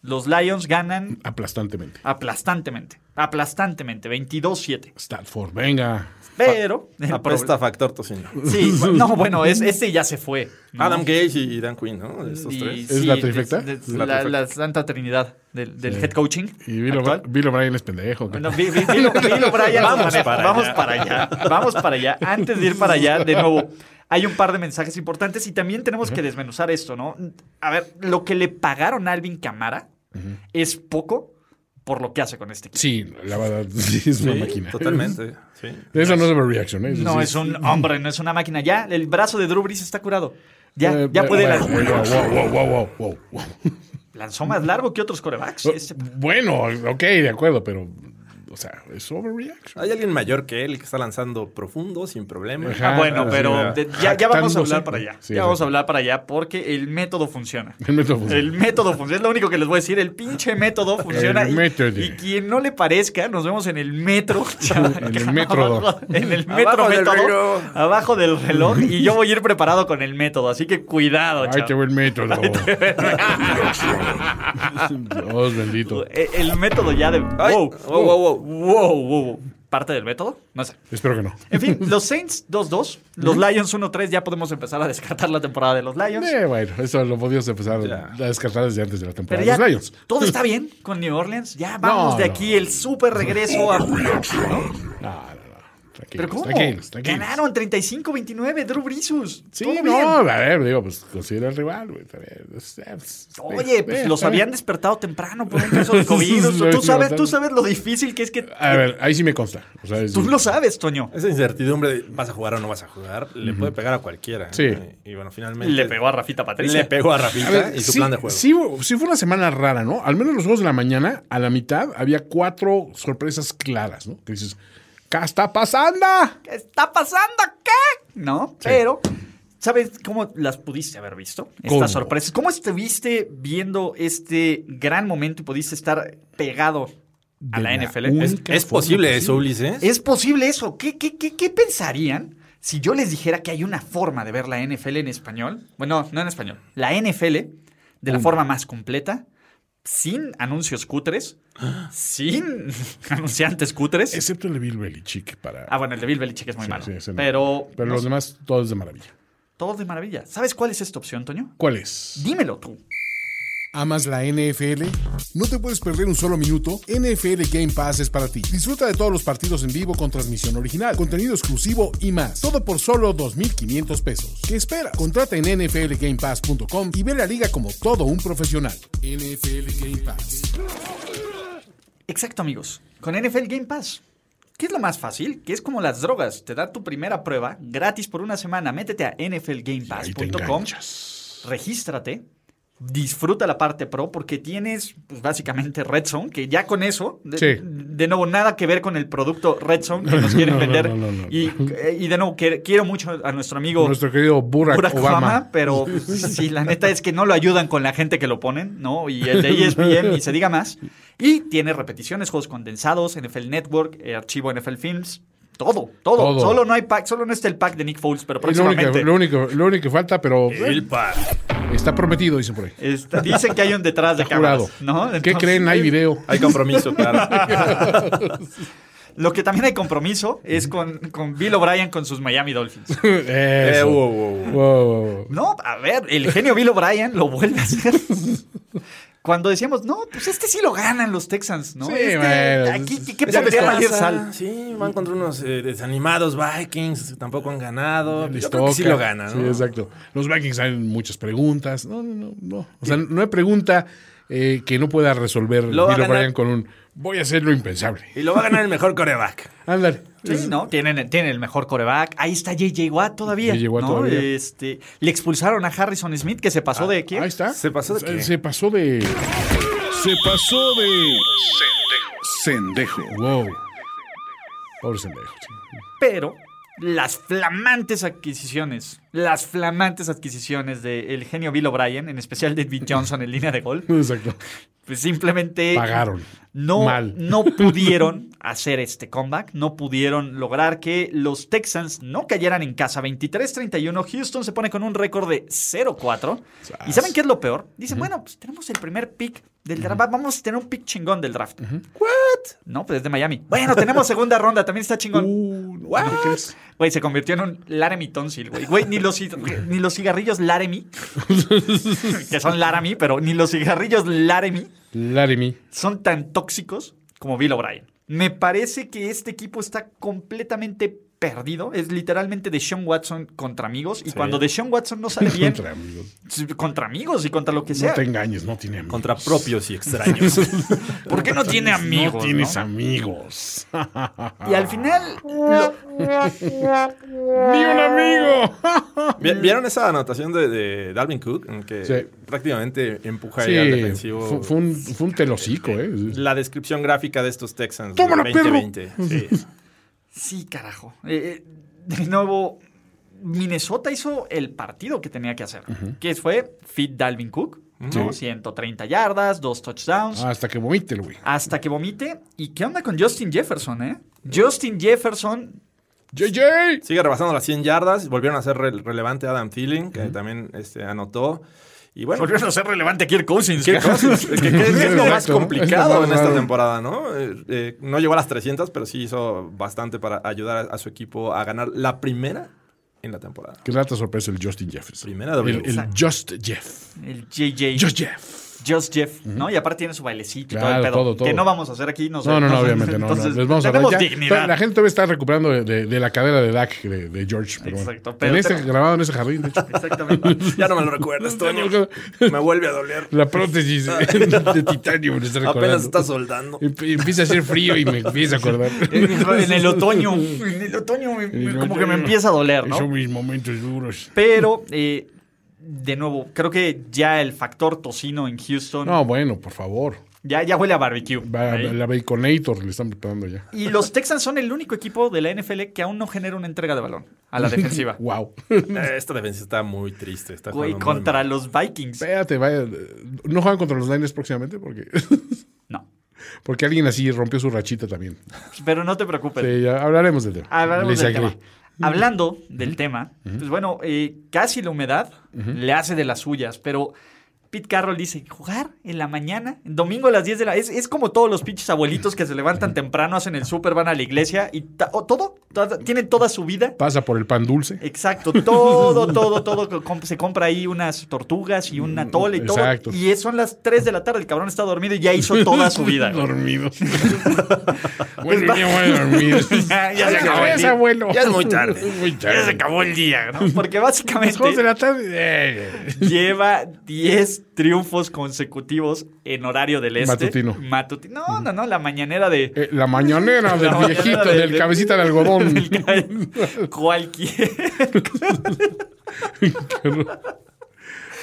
Los Lions ganan
Aplastantemente.
aplastantemente. Aplastantemente. 22-7.
Stanford, venga.
Pero.
Ah,
el
Apresta factor tocino.
proble- Sí, no, bueno, es, este ya se fue. ¿no?
Adam Gage y Dan Quinn, ¿no? Estos
Y
tres.
¿Es la
sí,
trifecta?
de- de-
La
la,
trifecta.
la santa trinidad del, del head coaching.
Y Bill
actual.
O'Bri- Bill O'Brien es pendejo.
Bueno, Bill- Bill- Bill- Bill O'Brien nos
Vamos
maneja.
para
vamos
allá.
para allá. Vamos para allá. Antes de ir para allá, de nuevo, hay un par de mensajes importantes y también tenemos que desmenuzar esto, ¿no? A ver, lo que le pagaron a Alvin Camara es poco por lo que hace con este equipo.
Sí, la verdad, sí, es una
Sí,
máquina.
Totalmente. Sí.
Eso no es overreaction, ¿eh? Eso
No
sí
es un hombre, no es una máquina. Ya, el brazo de Drew Brees está curado. Ya,
Eh,
ya
eh,
puede.
bueno,
lan-
Wow, wow, wow, wow, wow, wow.
lanzó más largo que otros corebacks.
Oh.
Este-
Bueno, ok, de acuerdo, pero. O sea, es overreaction.
Hay alguien mayor que él que está lanzando profundo, sin problema.
Ajá.
Ah, bueno,
sí,
pero
¿verdad?
de- ya, ya vamos
Jactándose.
a hablar para allá.
Sí,
ya vamos
exacto.
a hablar para allá porque el método funciona.
El método funciona.
El método funciona. Es lo único que les voy a decir. El pinche método funciona.
El
y,
método.
y quien no le parezca, nos vemos en el metro. chaval.
En el metro.
Abajo- en el metro
Abajo del
método,
reloj.
Abajo del reloj. Y yo voy a ir preparado con el método. Así que cuidado,
Ay, te
chaval.
voy el método. Dios bendito.
Eh, El método ya de.
Ay,
wow,
wow, wow, wow.
wow, wow, wow. ¿Parte del método? No sé.
Espero que no.
En fin, los Saints 2-2, los Lions 1-3, ya podemos empezar a descartar la temporada de los Lions.
Eh, bueno, eso lo podías empezar
Ya.
a descartar desde antes de la
Pero
temporada
ya
de los Lions.
todo está bien con New Orleans. Ya vamos
No,
de
no.
aquí el super regreso a...
No, no, no. Tranquilos,
Pero ¿cómo?
tranquilos, tranquilos.
Ganaron 35-29, Drew Brisus.
Sí,
Todo
no,
bien.
a ver, digo, pues considera el rival, güey. está bien, es- es-
Oye, pues
eh,
los
está bien.
habían despertado temprano por un caso de COVID.
Lo
tú, sabes,
despertaron.
tú sabes lo difícil que es que...
A ver, ahí sí me consta. O sea, es-
Tú lo sabes, Toño.
Esa incertidumbre de vas a jugar o no vas a jugar le puede pegar a cualquiera. ¿eh?
Sí.
Y, y bueno, finalmente.
Le pegó a Rafita Patricia.
le pegó a
A
Rafita
ver,
y su
sí,
plan de juego.
Sí, sí fue una semana rara, ¿no? Al menos los juegos de la mañana, a la mitad, había cuatro sorpresas claras, ¿no? Que dices, ¿qué está pasando?
¿Qué está pasando acá? ¿No? Pero, ¿sabes cómo las pudiste haber visto? Estas
¿Cómo?
sorpresas. ¿Cómo estuviste viendo este gran momento y pudiste estar pegado a
De
la,
la
NFL?
un-
Es,
¿Es, es posible eso, Ulises?
es posible eso. ¿Qué, qué, qué, qué pensarían si yo les dijera que hay una forma de ver la NFL en español? Bueno, no en español. La NFL de la forma más completa. Sin anuncios cutres, sin anunciantes cutres.
Excepto el de Bill Belichick para...
Ah, bueno, el de Bill Belichick es muy
Sí,
malo.
sí, ese no.
Pero,
Pero
no
los
sé,
demás, todo es de maravilla.
todo de maravilla. ¿Sabes cuál es esta opción, Toño?
¿Cuál es?
Dímelo tú.
¿Amas la NFL? No te puedes perder un solo minuto. NFL Game Pass es para ti. Disfruta de todos los partidos en vivo con transmisión original, contenido exclusivo y más. Todo por solo 2.500 pesos. ¿Qué esperas? Contrata en nflgamepass.com y ve la liga como todo un profesional. NFL Game Pass.
Exacto, amigos. Con NFL Game Pass. ¿Qué es lo más fácil? Que es como las drogas. Te da tu primera prueba gratis por una semana. Métete a
Ahí te
nflgamepass.com.
enganchas.
Regístrate. Disfruta la parte pro porque tienes pues, básicamente Red Zone, que ya con eso, de,
Sí.
de nuevo, nada que ver con el producto Red Zone que nos quieren
No, no,
vender.
no, no, no.
Y, eh, y de nuevo, que- quiero mucho a nuestro amigo
Nuestro querido Barack,
Oh. Barack
Obama.
Obama, pero pues, sí, la neta es que no lo ayudan con la gente que lo ponen, ¿no? Y el de E ESPN y se diga más. Y tiene repeticiones, juegos condensados, NFL Network, eh, archivo NFL Films, todo, todo.
Todo.
Solo no hay pack, solo no está el pack de Nick Foles, pero
Es lo único,
próximamente.
lo único- lo único que falta, pero eh,
El par.
está prometido, dicen por ahí.
Está- dicen que hay un detrás de
Jurado.
cámaras, ¿no?
¿Qué
Entonces,
creen? Hay video.
Hay compromiso, claro.
Lo que también hay compromiso es con, con Bill O'Brien con sus Miami Dolphins.
Eh,
Eso.
wow, wow, wow.
Wow.
No, a ver, el genio Bill O'Brien lo vuelve a hacer. Cuando decíamos, no, pues este sí lo ganan los Texans, ¿no?
Sí,
Este,
bueno, pues,
aquí, ¿qué, qué
Ya les
podría valer
pasa,
sal?
Sí, van contra unos eh, desanimados Vikings, tampoco han ganado.
Les
Yo creo que sí
toca.
lo ganan, ¿no?
Sí, exacto. Los Vikings hay muchas preguntas. No, no, no. no. O sea, no hay pregunta eh, que no pueda resolver Bill
Lo va a ganar.
O'Brien con un voy a hacer lo impensable.
Y lo va a ganar el mejor coreback.
Ándale.
Sí, ¿no? Tienen, tienen el mejor coreback. Ahí está J.J. Watt todavía.
J.J. Watt
¿no?
todavía. Ah,
Este, le expulsaron a Harrison Smith, que se pasó de quién.
Ahí está.
¿Se pasó de qué?
Se pasó de.
Se pasó de... Sendejo.
Wow. Pobre Sendejo. sí.
Pero las flamantes adquisiciones, las flamantes adquisiciones del genio Bill O'Brien, en especial de Bill Johnson en línea de gol,
Exacto.
pues
Eh,
simplemente
Pagaron.
no,
Mal.
no pudieron hacer este comeback, no pudieron lograr que los Texans no cayeran en casa 23-31. Houston se pone con un récord de 0-4. ¿Y saben qué es lo peor? Dicen, bueno, pues tenemos el primer pick Del draft. Vamos a tener un pick chingón del draft. ¿What? No, pues es de Miami. Bueno, tenemos segunda ronda. También está chingón.
Uh.
¿What? Güey, se convirtió en un Laramie Tonsil, güey. Güey, ni los, ci- ni los cigarrillos Laramie, que son Laramie, pero ni los cigarrillos Laramie
Larimie.
son tan tóxicos como Bill O'Brien. Me parece que este equipo está completamente perdido. Es literalmente de Sean Watson contra amigos. Y cuando de Sean Watson no sale bien,
Contra amigos.
contra amigos y contra lo que sea.
No te engañes, no tiene amigos.
Contra propios y extraños.
¿Por qué no tiene amigos?
no tienes
no?
amigos.
Y al final, lo-
¡Ni un amigo!
Vi- ¿Vieron esa anotación de, de Dalvin Cook? En que
Sí.
prácticamente empuja ahí al
Sí,
defensivo.
fue, fue un, fue un telocico, ¿eh?
La descripción gráfica de estos Texans.
¡Tómala,
del
perro!
2020. Sí.
sí, carajo. Eh, eh, de nuevo, Minnesota hizo el partido que tenía que hacer, que fue Fit Dalvin Cook, ¿no? 130 yardas, dos touchdowns.
Ah, Hasta que vomite el güey.
hasta que vomite. ¿Y qué onda con Justin Jefferson, eh? Justin Jefferson,
¡JJ!
Sigue rebasando las 100 yardas. Volvieron a ser re- relevante Adam Thielen, que también este, anotó. Y bueno,
volvió a ser relevante Kirk Cousins.
Kirk Cousins, es, que- que es lo
Exacto,
más
¿no?
complicado
Es lo más
en esta
raro.
temporada, ¿no? Eh, eh, no llegó a las 300, pero sí hizo bastante para ayudar a, a su equipo a ganar la primera en la temporada.
Qué grata sorpresa el Justin Jefferson.
Primera W.
El, el Just Jeff.
El JJ.
Just Jeff.
Just Jeff, ¿no? Y aparte tiene su bailecito y todo el
Claro,
pedo.
todo, todo.
Que no vamos a hacer aquí, no sé.
No, no, no,
Entonces-
obviamente no. no.
entonces,
Les vamos a dar
tenemos
ya-
dignidad.
La gente todavía está recuperando de, de- de la cadera de Dak, de, de George. Pero bueno.
Exacto, pero
en este,
te- Este
grabado en ese jardín, de hecho.
Exactamente.
Ya no me lo recuerdas, Toño. Me vuelve a doler.
La prótesis
Ah.
de titanio me lo está recordando.
Apenas está soldando.
Emp- Empieza a hacer frío y me empieza a acordar.
en el otoño, en el otoño me- me- como que me empieza a doler, ¿no?
Son mis momentos duros.
Pero, eh, de nuevo, creo que ya el factor tocino en Houston
No, bueno, por favor.
ya, ya huele a barbecue.
Va-
Ahí.
la Baconator le están preparando ya.
Y los Texans son el único equipo de la NFL que aún no genera una entrega de balón a la defensiva.
Wow.
Eh, Esta defensa está muy triste. Está
Güey,
jugando muy
contra
mal.
los Vikings.
Espérate, vaya. ¿No juegan contra los Niners próximamente? Porque,
No.
porque alguien así rompió su rachita también.
Pero no te preocupes.
Sí, ya hablaremos del tema.
Pues Hablaremos
Les
del
agré.
tema. Hablando del tema, pues bueno, eh, casi la humedad le hace de las suyas, pero Pete Carroll dice, jugar en la mañana, domingo a las 10 de la... Es, es como todos los pinches abuelitos que se levantan temprano, hacen el súper, van a la iglesia y ta- o todo, toda- tienen toda su vida.
Pasa por el pan dulce.
Exacto, todo, todo, todo. co- com- se compra ahí unas tortugas y una tole y todo.
exacto.
Y es- son las 3 de la tarde, el cabrón está dormido y ya hizo toda su vida. güey.
Dormido. bueno, ya voy a dormir.
ya, ya se
Ya
acabó el
ves,
día.
abuelo.
Ya es muy tarde.
Muy
Ya se
tarde.
acabó el día, ¿no? Porque
Las dos de
básicamente
la tarde. eh,
lleva 10 triunfos consecutivos en horario del este.
Matutino.
Matuti- No, no, no, la mañanera de...
Eh, la mañanera del
mañanera
viejito,
del-
del cabecita de algodón.
del ca- cualquier,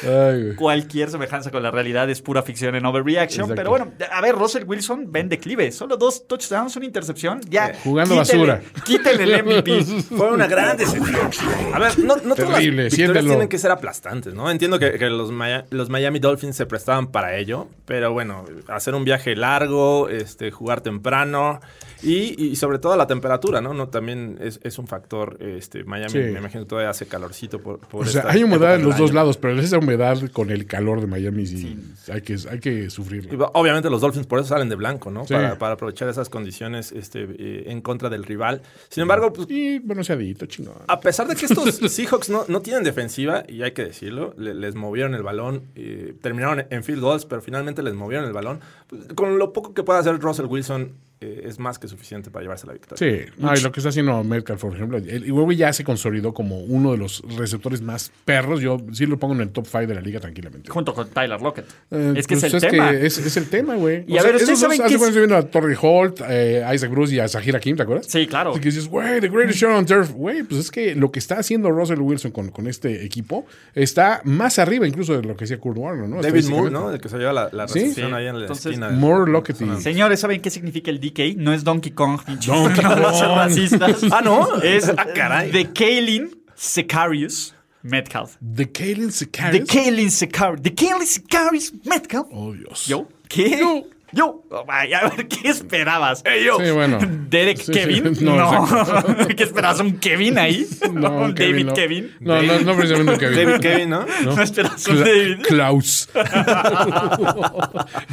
Ay, güey.
cualquier semejanza con la realidad es pura ficción en overreaction.
Exacto.
Pero bueno, a ver, Russell Wilson ven declive. Solo dos touchdowns, una intercepción. Ya.
Jugando basura.
Quítale el MVP.
Fue una gran decepción. A ver, no, no todas las
Terrible,
victorias
siéntelo.
tienen que ser aplastantes, ¿no? Entiendo que, que los, Maya- los Miami Dolphins se prestaban para ello, pero bueno, hacer un viaje largo, este, jugar temprano y, y sobre todo la temperatura, ¿no? no también es, es un factor. Este, Miami,
Sí.
me imagino, todavía hace calorcito por, por
O sea,
esta
hay humedad
época
en
del
los dos
año.
lados, pero esa humedad con el calor de Miami sí, hay que, hay que sufrirla.
Y va- Obviamente los Dolphins por eso salen de blanco, ¿no?
Sí.
Para, para aprovechar esas condiciones este, eh, en contra del rival. Sin embargo, pues,
Y bronceadito, chingón.
A pesar de que estos Seahawks no, no tienen defensiva, y hay que decirlo, le- les movieron el balón, eh, terminaron en field goals, pero finalmente les movieron el balón. Pues, Con lo poco que pueda hacer Russell Wilson, eh, es más que suficiente para llevarse la victoria.
Sí, no, y lo que está haciendo Metcalf, por ejemplo, el Huevo ya se consolidó como uno de los receptores más perros. Yo sí lo pongo en el top 5 de la liga tranquilamente.
Junto con Tyler Lockett.
Eh,
es que
pues,
es el tema.
que es, es el tema, güey.
Y a ver, ¿ustedes saben qué
que
es-
viendo a Torrey Holt, eh, a Isaac Bruce y a Sahira Kim, ¿te acuerdas?
Sí, claro.
Así que dices, güey, the greatest show on turf. Güey, pues es que lo que está haciendo Russell Wilson con, con este equipo está más arriba incluso de lo que hacía Kurt Warner, ¿no?
David Moore,
Estadísticamente.
¿no? El que se lleva la, la
Sí.
recepción
Sí.
ahí en la
Entonces,
esquina.
Moore Lockett y-
Señores, ¿saben qué significa el DK? No es Donkey Kong, pinches.
Donkey
no van a ser
Kong.
racistas.
Ah, ¿no?
Es
Ah, caray.
The Kaelin Sicarius Metcalf.
The Kalen
The
Sicarius.
Kaelin Sicarius. The Kaelin Sicarius Metcalf.
Oh, Dios.
Yo. ¿Qué?
Yo.
yo, oh, vaya, a ver, ¿qué esperabas? Hey,
Sí, bueno.
Derek
Sí, sí.
Kevin.
No,
No,
exacto.
¿qué esperabas? ¿Un Kevin ahí?
No,
¿Un
Kevin,
David
no.
Kevin?
No, no, no precisamente un Kevin.
David Kevin, ¿no?
¿No esperabas un
Cla-
David?
Klaus.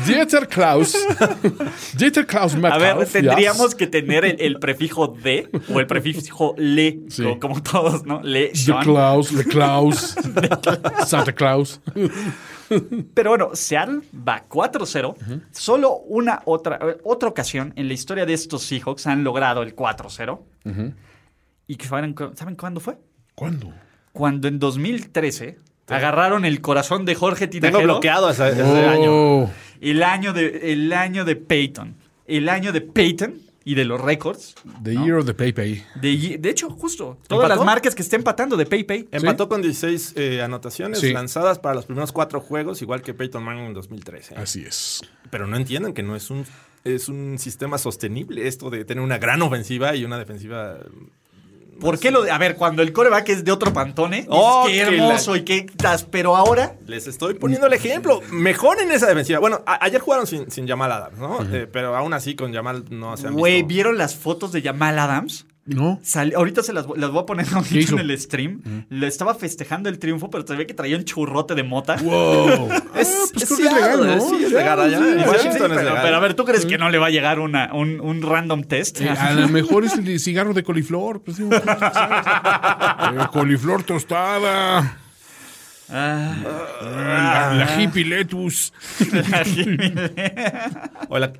Dieter Klaus. Dieter Klaus
A
Metcalf.
ver, tendríamos
yes.
que tener el, el prefijo de o el prefijo le,
Sí.
co- como todos, ¿no? Le,
The
Sean.
Klaus, The Klaus, Santa Claus.
Pero bueno, Seattle va 4-0. Solo una otra, eh, otra ocasión en la historia de estos Seahawks han logrado el 4-0. ¿Y que saben, cu- saben cuándo fue?
¿Cuándo?
Cuando en 2013 agarraron el corazón de Jorge Tinajero.
Tengo bloqueado esa- ese año.
Oh,
El año de, el año de Peyton. El año de Peyton y de los récords.
The Year of the Pepe.
De, de hecho, justo. Todas
¿Empató?
las marcas que estén patando de PayPay.
Empató con 16 eh, anotaciones
Sí.
lanzadas para los primeros cuatro juegos, igual que Peyton Manning en 2013.
Así es.
Pero no entienden que no es un, es un sistema sostenible esto de tener una gran ofensiva y una defensiva.
¿Por qué lo de.? A ver, cuando el coreback es de otro pantone.
Em,
es
Oh,
que
que
hermoso
la-
y qué. tas- Pero ahora.
Les estoy poniendo el ejemplo. Mejor en esa defensiva. Bueno, a- ayer jugaron sin, sin Jamal Adams, ¿no? Eh, pero aún así con Jamal no se han
Güey,
visto.
¿vieron las fotos de Jamal Adams?
¿No?
Sal- ahorita se las, vo- las voy a poner ahorita
hizo?
en el stream. Le estaba festejando el triunfo, pero se ve que traía un churrote de mota.
Wow.
Es,
pues creo
es
que es
Seattle,
legal, ¿no?
Sí, es
Ya,
legal allá.
sí,
En
sí,
Washington es
Pero,
legal.
pero a ver, ¿tú crees que no le va a llegar una, un, un random test?
Eh,
ah.
A lo mejor es el de cigarro de coliflor. pues, digo, Eh, coliflor tostada. Ah, La, la hippie lettuce.
O la-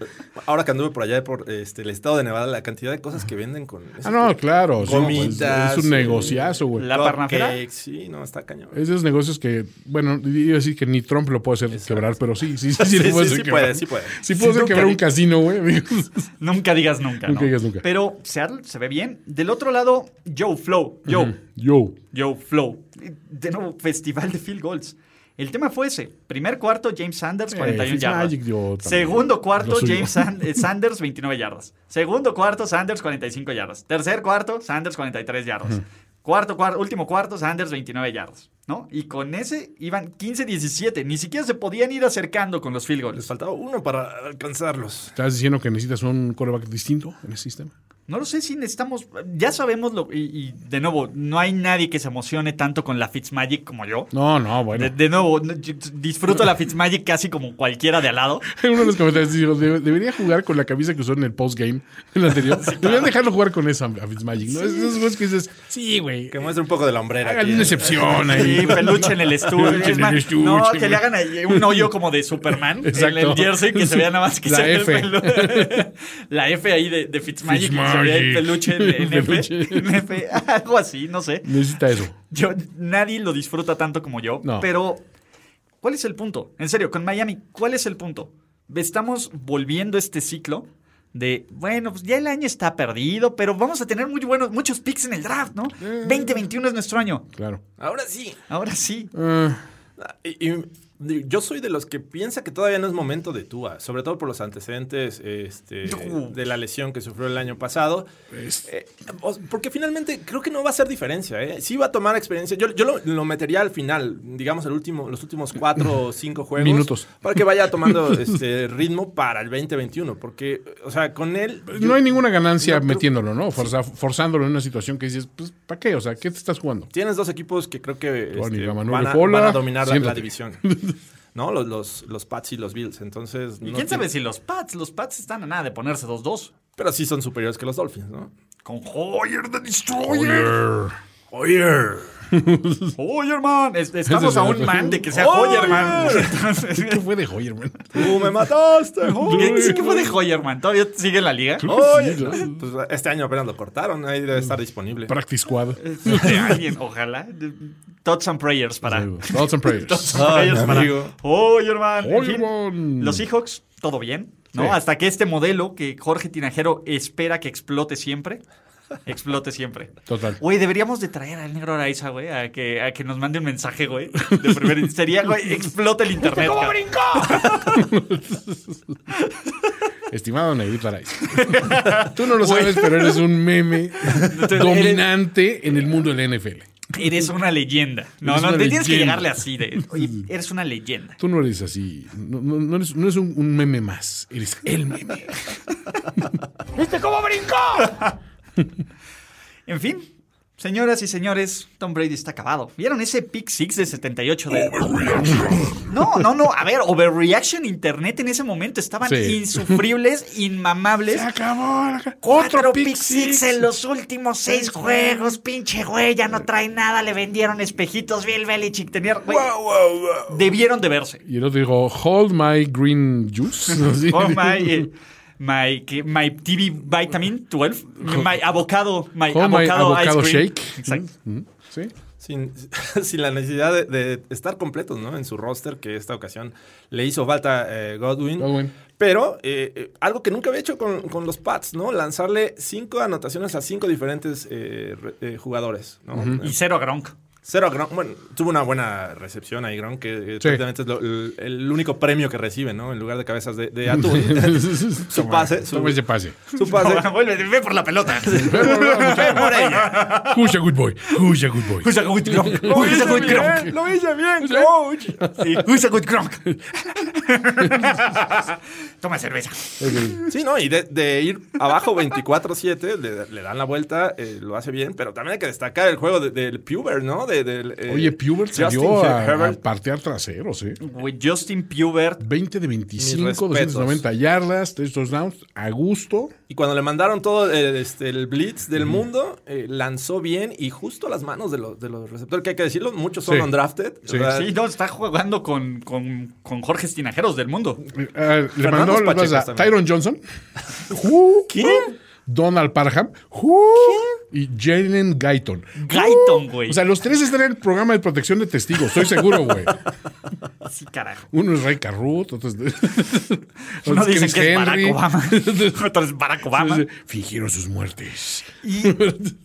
ahora que anduve por allá, por este, el estado de Nevada, la cantidad de cosas que venden con...
Ah, no, claro. sí,
Gomitas,
pues, es un
eh,
negociazo, güey.
La parnafera.
Cupcakes, Sí, no, está cañón.
Es de esos negocios que, bueno, iba a decir que ni Trump lo puede hacer quebrar, pero sí, sí, sí, sí, lo
Sí,
puede
sí,
hacer
sí
quebrar.
puede, sí puede.
Sí puede hacer
nunca
quebrar
di-
un casino, güey.
Nunca digas nunca.
Nunca
¿no?
digas nunca.
Pero Seattle se ve bien. Del otro lado, Joe Flow. Joe.
Yo.
Yo, Flow. De nuevo, festival de field goals. El tema fue ese. Primer cuarto, James Sanders,
Eh,
41
Fitz
yardas.
Magic dio también
Segundo
lo
cuarto,
suyo.
James San- eh, Sanders, 29 yardas. Segundo cuarto, Sanders, 45 yardas. Tercer cuarto, Sanders, 43 yardas. Cuarto, cuarto, último cuarto, Sanders, 29 yardas. ¿No? Y con ese iban 15-17. Ni siquiera se podían ir acercando con los field
Les
goals.
faltaba uno para alcanzarlos.
¿Estás diciendo que necesitas un coreback distinto en el sistema?
No lo sé si necesitamos. Ya sabemos lo. Y, y, de nuevo, no hay nadie que se emocione tanto con la Fitzmagic como yo.
No, no, bueno.
De, de nuevo, no, yo disfruto la Fitzmagic casi como cualquiera de al lado.
Uno de los comentarios dijo, "Debe- debería jugar con la camisa que usó en el postgame, en la anterior. Deberían dejarlo jugar con esa a Fitzmagic, ¿no? Es de esos güeyes que dices, sí, güey,
Que muestre un poco de la hombrera.
háganle
aquí,
una
¿eh?
excepción
Sí,
ahí.
peluche en el estudio.
Peluche en
Es
el
más,
estuche,
no,
güey.
que le hagan ahí un hoyo como de Superman en
Exacto.
el jersey que se vea nada más que
La
se vea el
F.
pelu- La F ahí de, de Fitzmagic, que se vea el
Fitzmagic.
peluche en, en F,
Peluche.
en F, Algo así, no sé.
Necesita eso.
Yo, nadie lo disfruta tanto como yo.
No.
Pero, ¿cuál es el punto? En serio, con Miami, ¿cuál es el punto? Estamos volviendo este ciclo de, bueno, pues ya el año está perdido, pero vamos a tener muy buenos, muchos picks en el draft, ¿no? 2021 es nuestro año.
Claro.
Ahora sí.
Ahora sí.
Ah, y- y yo soy de los que piensa que todavía no es momento de Tua, sobre todo por los antecedentes este, de la lesión que sufrió el año pasado. Eh, o- porque finalmente creo que no va a hacer diferencia. ¿eh? Sí va a tomar experiencia. Yo, yo lo, lo metería al final, digamos, el último, los últimos cuatro o cinco juegos.
Minutos.
Para que vaya tomando este ritmo para el 2021. Porque, o sea, con él.
No hay ninguna ganancia
No, pero-
metiéndolo, ¿no? Forza- Forzándolo en una situación que dices, pues, ¿para qué? O sea, ¿qué te estás jugando?
Tienes dos equipos que creo que
Tony,
este,
la
van,
Manuel
a,
Pola,
van a dominar la, la
siéntate.
división. ¿No? Los, los, los Pats y los Bills.
¿Y
Entonces. no
quién
tiene-
sabe si los Pats? Los Pats están a nada de ponerse 2-2.
Pero sí son superiores que los Dolphins, ¿no?
Con Hoyer the Destroyer. Hoyer. man. Es- estamos
Ese
a
es el
un
otro.
man de que sea
Hoyer.
Hoyer, man. Entonces,
¿Qué fue de Hoyer, man?
¡Tú me mataste!
¿qué- sí que fue de Hoyer, man? ¿Todavía sigue en la liga?
Oye,
Sí,
¿no? Pues, este año apenas lo cortaron, ahí debe estar disponible.
Practice squad.
De alguien, ojalá. De- Thoughts and prayers para.
Thoughts and
Thoughts
prayers.
and
Ay,
prayers para.
amigo.
Hoyer, man. En
Hoyer,
fin,
man.
Los Seahawks, todo bien, ¿no?
Sí.
Hasta que este modelo que Jorge Tinajero espera que explote siempre, explote siempre.
Total.
Güey, deberíamos de traer al negro Araiza, güey, a que, a que nos mande un mensaje, güey. De primera sería, güey, explota el internet. cabrón.
Estimado Negrito Araiz. Tú no lo sabes, pero eres un meme dominante en el mundo del NFL.
Eres una leyenda. No,
Eres
no,
una
te tienes que
leyenda.
llegarle así de. Oye, eres una leyenda.
Tú no eres así. No, no- no eres, no eres un, un meme más. Eres el meme.
¿Viste cómo brincó?
En fin, señoras y señores, Tom Brady está acabado. ¿Vieron ese pick six de 78 de. No, no, no. A ver, overreaction internet en ese momento estaban
Sí.
insufribles, inmamables.
Se acabó. la ca-
Cuatro pick
pick
six
six.
en los últimos seis juegos, pinche güey, ya no trae nada, le vendieron espejitos, Bill Belichick tenía... güey, Debieron de verse.
Y el otro dijo, hold my green juice. Así.
Oh, my, eh, my, ¿qué? my TV Vitamin 12, my avocado, my
Oh, my
avocado, ice
avocado
cream.
shake. Mm,
Exacto.
Sí.
Sin, sin la necesidad de, de estar completos ¿no? en su roster, que esta ocasión le hizo falta eh, Godwin.
Godwin.
Pero eh, eh, algo que nunca había hecho con, con los Pats, ¿no? Lanzarle cinco anotaciones a cinco diferentes eh, re- eh, jugadores, ¿no? Eh,
Y cero a Gronk.
Cero a Gronk. Bueno, tuvo una buena recepción ahí, Gronk, que eh, prácticamente es lo- el, el único premio que recibe, ¿no? En lugar de cabezas de, de atún. su pase. Su,
Toma ese Este pase.
su pase.
Vuelve, ve por la pelota.
Ve por ella.
Who's a good boy? Who's a good boy?
Who's a good Gronk? Who's a good Gronk?
Lo hice bien, coach.
Sí, Who's a good Gronk? Toma cerveza.
Sí, ¿no? Y de, de ir abajo 24-7, le, le dan la vuelta, eh, lo hace bien, pero también hay que destacar el juego de- del Puber, ¿no? De- del, eh,
Oye, Puber
Justin
salió a, a
Herbert.
partear traseros, ¿eh?
Güey, Justin Pubert
20 de 25,
Mis respetos.
290 yardas, 3 touchdowns, a gusto.
Y cuando le mandaron todo el, este, el blitz del mundo, eh, lanzó bien y justo a las manos de los, de los receptores, que hay que decirlo, muchos son
Sí.
undrafted.
Sí.
¿verdad?
Sí, no, está jugando con, con, con Jorge Estinajeros del mundo.
Eh, eh, le mandó las
Pacheco
bases a
también.
Tyron Johnson. Who?
¿Quién?
Donald Parham. Who? Y Jalen Guyton.
Guyton, güey.
O sea, los tres están en el programa de protección de testigos, estoy seguro, güey.
sí, carajo.
Uno es Ray Carruth, otro es. otro
Uno
es
dice
Chris
que es Barack
Henry.
Obama. Otro es Barack Obama.
Fingieron sus muertes.
Y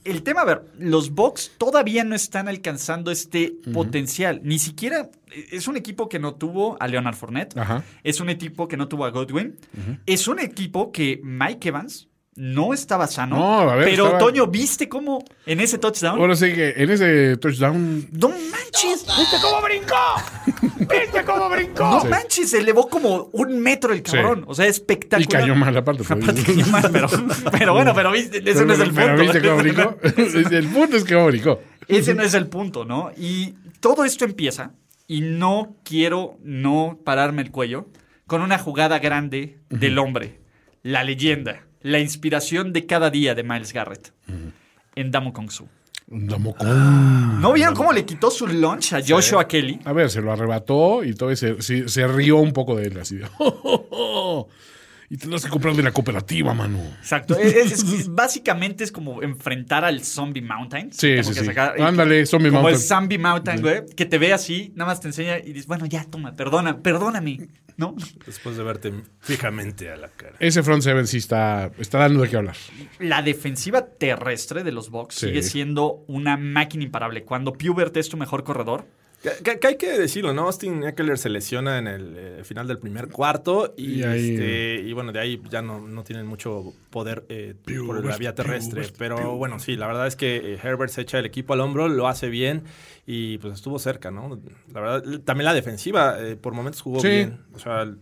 el tema, a ver, los Bucks todavía no están alcanzando este potencial. Ni siquiera eh, es un equipo que no tuvo a Leonard Fournette.
Ajá.
Es un equipo que no tuvo a Godwin. Es un equipo que Mike Evans no estaba sano.
No, a ver,
pero
estaba-
Toño, ¿viste cómo en ese touchdown?
Ahora sí que en ese touchdown.
No manches,
¿Viste cómo brincó? ¿Viste cómo brincó?
no manches, se elevó como un metro el cabrón.
Sí.
O sea,
Y
espectacular.
cayó mal aparte. pues.
Aparte cayó mal, pero, pero bueno, pero viste, ese no es el
Pero
punto.
¿Viste cómo brincó? el punto es que brincó.
Ese no es el punto, ¿no? Y todo esto empieza, y no quiero no pararme el cuello, con una jugada grande del hombre, la leyenda, la inspiración de cada día de Miles Garrett en Damo Kong Su.
Damocón.
¿No vieron cómo le quitó su lunch a Joshua Kelly?
A ver, se lo arrebató y todo ese, se, se rió un poco de él así. de, "Oh, Y tendrás que comprar de la cooperativa, mano.
Exacto. e-, Es- es- es- básicamente es como enfrentar al Zombie Mountain.
Sí,
Como
sí,
que
sí.
sacar-
Ándale, Zombie
como el
Mountain.
Zombie Mountain, güey, que te ve así, nada más te enseña y dices, bueno, ya, toma, perdona, perdóname, ¿no?
Después de verte fijamente a la cara.
Ese front seven sí está, está dando de qué hablar.
La defensiva terrestre de los Bucks
Sí.
sigue siendo una máquina imparable. Cuando Pubert es tu mejor corredor,
Que, que- que hay que decirlo, ¿no? Austin Eckler se lesiona en el eh, final del primer cuarto y,
Y ahí- eh,
este, y bueno, de ahí ya no, no tienen mucho poder eh, por la vía terrestre. pero bueno, sí, la verdad es que eh, Herbert se echa el equipo al hombro, lo hace bien y pues estuvo cerca, ¿no? La verdad, l- también la defensiva eh, por momentos jugó
Sí.
bien. O sea, l-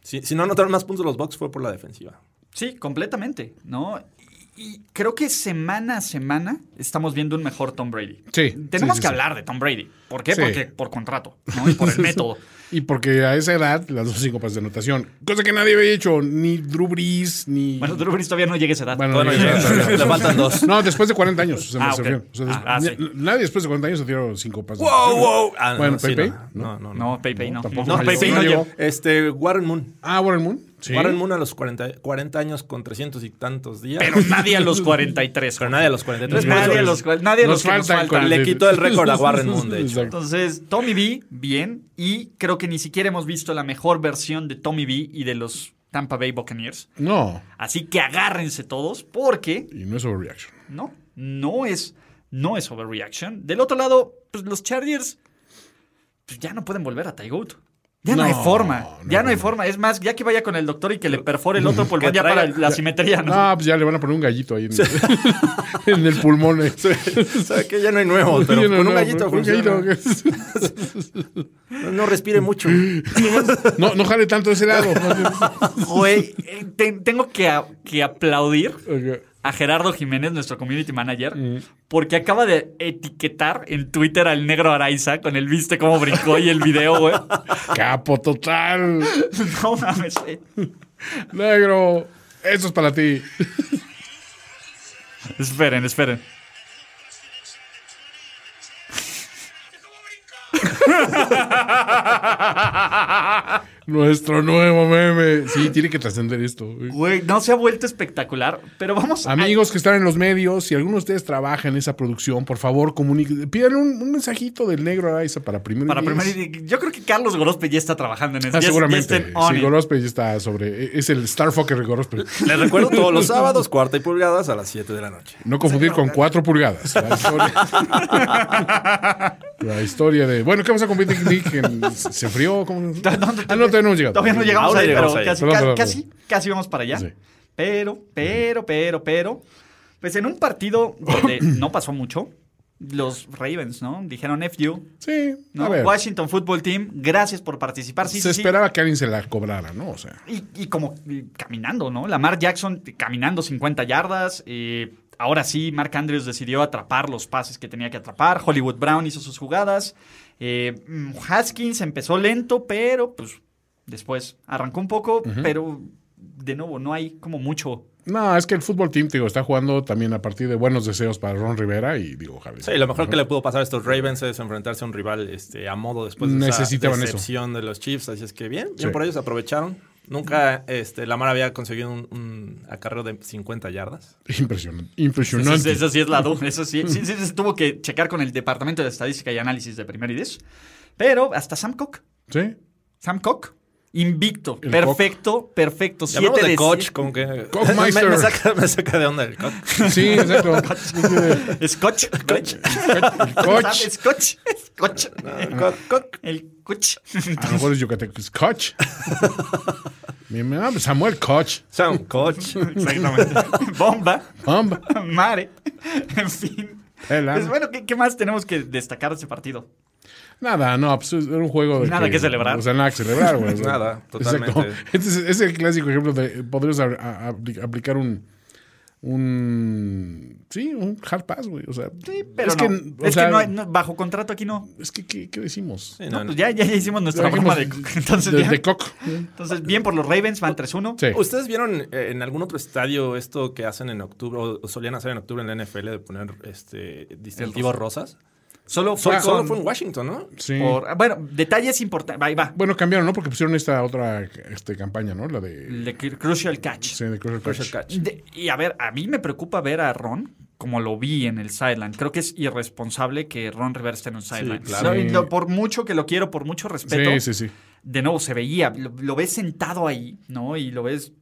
si, si no anotaron más puntos los Bucks fue por la defensiva.
sí, completamente, ¿no? Y, y creo que semana a semana estamos viendo un mejor Tom Brady.
Sí,
Tenemos
sí, sí,
que
sí.
hablar de Tom Brady. ¿Por qué?
Sí.
Porque por contrato, ¿no? Y por el método.
Y porque a esa edad las dos cinco pases de anotación, cosa que nadie había hecho, ni Drew Brees, ni.
Bueno, Drew Brees todavía no llega a esa edad.
Bueno,
Bueno,
no,
ya-
ya- ya-
le faltan dos.
No, después de 40 años se me
Ah, ok.
refiero. O sea, des-
Ah, ah, sí.
na- Nadie después de 40 años se tiró cinco pases. de
¡Wow,
anotación.
wow! Ah,
Bueno,
sí,
Pepe,
No, no, no.
no, Pepe, no.
tampoco
No,
no
Pepe
llegó,
no
no
llegó.
llegó.
Este, Warren Moon.
Ah, Warren Moon. Sí.
Warren Moon a los 40, 40 años con 300 y tantos días.
Pero nadie a los 43.
Pero Pues nadie a los 43. por
Nadie
eso
a los, cua- nadie a los
Nos
que nos
faltan
faltan.
Le quitó el récord a Warren Moon, de hecho.
Exacto.
Entonces, Tommy B, bien. Y creo que ni siquiera hemos visto la mejor versión de Tommy B y de los Tampa Bay Buccaneers.
No,
Así que agárrense todos porque
y no es overreaction.
no, no es, no es overreaction. Del otro lado, pues los Chargers pues, ya no pueden volver a Ty Gould. Ya no, hay
No,
forma,
no,
ya no hay
no.
forma. Es más, ya que vaya con el doctor y que le perfore el otro pulmón
Que
ya para
traiga-
el- la simetría, ¿no?
Ah, pues ya le van a poner un gallito ahí en, en el pulmón. eh.
¿Sabe qué? Ya no hay nuevos, pero
Yo
con
no,
un
no,
gallito
con un
funciona.
gallito.
No, no respire mucho.
No, no jale tanto ese lado.
Güey, eh, te- tengo que, a- que aplaudir
Ok.
a Gerardo Jiménez, nuestro community manager,
Mm.
porque acaba de etiquetar en Twitter al negro Araiza con el viste cómo brincó y el video, güey.
Capo total.
No mames, güey.
Negro. Eso es para ti.
Esperen, esperen.
Nuestro nuevo meme. Sí, tiene que trascender esto.
Güey, no se ha vuelto espectacular, pero vamos a-
Amigos que están en los medios, si alguno de ustedes trabaja en esa producción, por favor, comuniquen. Pidan un, un mensajito del negro Araiza para primero. y
Para
diez.
primero, y- yo creo que Carlos Gorospe ya está trabajando en eso.
Ah,
Ya- ya está
seguramente.
en on
Sí,
it.
Gorospe ya está sobre. e, Es el Starfucker Gorospe.
Les recuerdo todos los sábados, cuarta y pulgadas a las 7 de la noche.
No confundir con cuatro pulgadas. La historia, la historia de. Bueno, ¿qué pasa con Big Dick? ¿En- ¿Se enfrió? ¿Cómo? Ah, no, todavía no hemos llegado.
Todavía no llegamos
Ahora
ahí,
llegamos
pero
ahí.
Casi,
Perdón,
ca-
perdón,
casi, casi vamos para allá.
Sí.
Pero, pero, pero, pero. Pues en un partido donde no pasó mucho, los Ravens, ¿no? Dijeron F you,
Sí,
¿no?
a ver.
Washington Football Team, gracias por participar. Sí,
se
sí, sí.
esperaba que alguien se la cobrara, ¿no? O sea,
Y, y como y caminando, ¿no? Lamar Jackson caminando 50 yardas. eh, ahora sí, Mark Andrews decidió atrapar los pases que tenía que atrapar. Hollywood Brown hizo sus jugadas. eh, mm, Haskins empezó lento, pero pues después arrancó un poco, pero de nuevo no hay como mucho.
no, es que el fútbol team, te digo, está jugando también a partir de buenos deseos para Ron Rivera y digo, Javier.
Sí, lo mejor que le pudo pasar a estos Ravens es enfrentarse a un rival este, a modo después de
Necesitaban
esa
eso.
decepción de los Chiefs. Así es que bien, bien
Sí.
por ellos aprovecharon. Nunca este, Lamar había conseguido un, un acarreo de 50 yardas.
Impresionante.
Eso,
Impresionante.
eso sí es la duda. Eso sí, sí, sí, se tuvo que checar con el Departamento de Estadística y Análisis de Primer y Diez. Pero hasta Sam Cook.
Sí.
Sam Cook. Invicto.
El
Perfecto, perfecto.
Llamamos
7
de
de
coach,
siete-
como que. Me,
Cockmeister.
me saca, me saca de onda el coach.
Sí, exacto.
Scotch. Scotch.
El coach.
Scotch. Scotch.
El cock, cock.
El coach.
A lo mejor es Yucateco. Es Coach. Mi mamá, Samuel Coach.
Sam, coach.
Exactamente. Bomba.
Hombre.
Mare. En fin.
Pela.
Pues bueno, ¿qué, qué más tenemos que destacar de ese partido?
Nada, no, pues es- era un juego de.
Nada que celebrar.
O sea, nada que celebrar, güey.
Nada,
Exacto.
totalmente.
Este es, es el clásico ejemplo de. eh, Podrías a- a- apli- aplicar un. Un. Sí, un hard pass, güey. O sea.
Sí, pero
es
no.
Que, o
es
sea,
que no, hay- no- bajo contrato aquí no.
Es que, ¿qué, qué decimos?
Sí,
No,
no,
pues ya, ya, ya hicimos nuestra broma de...
Dijimos
Entonces,
de,
ya.
de Cock.
entonces, bien por los Ravens, van 3-1.
Sí.
¿Ustedes vieron eh, en algún otro estadio esto que hacen en octubre o- o solían hacer en octubre en la NFL de poner este distintivos rosas?
Ah,
Solo
Solo,
fue
solo
con-
fue en Washington, ¿no?
Sí.
por- Bueno, detalles importantes. Ahí va.
Bueno, cambiaron, ¿no? Porque pusieron esta otra este, campaña, ¿no? La de.
El de cru- Crucial Catch.
Sí, de Crucial
Pressure
Catch.
catch.
De- y a ver, a mí me preocupa ver a Ron como lo vi en el sideline. Creo que es irresponsable que Ron Rivera esté en un sideline.
claro.
No, y
Sí.
lo- por mucho que lo quiero, por mucho respeto,
Sí, sí, sí.
de nuevo se veía. Lo, lo ves sentado ahí, ¿no? Y lo ves.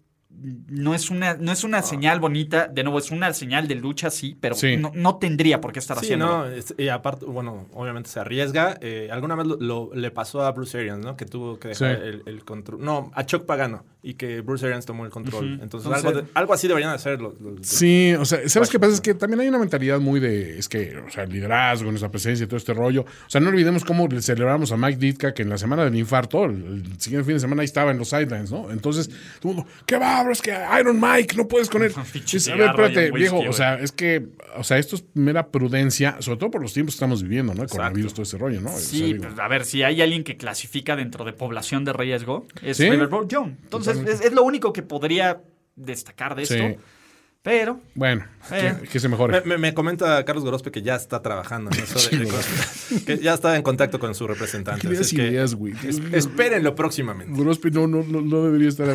No es una, no es una señal bonita, de nuevo, es una señal de lucha, sí, pero
Ah. Sí.
No, no tendría por qué estar
Sí,
haciendo.
no, es- y aparte, bueno, obviamente se arriesga. Eh, alguna vez lo, lo- le pasó a Bruce Arians, ¿no? Que tuvo que dejar
Sí.
el, control. No, a Chuck Pagano y que Bruce Arians tomó el control. Entonces,
Entonces-
algo, de- algo así deberían hacer los. los-
Sí, o sea, ¿sabes qué
Washington.
pasa? Es que también hay una mentalidad muy de, es que, o sea, liderazgo, nuestra presencia y todo este rollo. O sea, no olvidemos cómo le celebramos a Mike Ditka, que en la semana del infarto, el, el siguiente fin de semana ahí estaba en los sidelines, ¿no? Entonces, todo el mundo, ¿qué va, bro? Es que Iron Mike, no puedes con él.
Pinche
Es, a ver,
cigarro y un
espérate,
whisky,
viejo, o sea, es que, o sea, esto es mera prudencia, sobre todo por los tiempos que estamos viviendo, ¿no? El coronavirus, todo ese rollo, ¿no? O sea,
Sí,
digo,
pues, a ver, si hay alguien que clasifica dentro de población de riesgo, es
Sí.
Riverboat John. Entonces, es, es lo único que podría destacar de esto.
Sí.
Pero,
bueno,
Eh.
que, que se mejore.
Me, me- me comenta Carlos Gorospe que ya está trabajando en eso. de- de- que ya está en contacto con su
¿Qué
representante. así
le das
es que
ideas, güey?
Espérenlo próximamente.
Gorospi no, no, no, no debería estar a,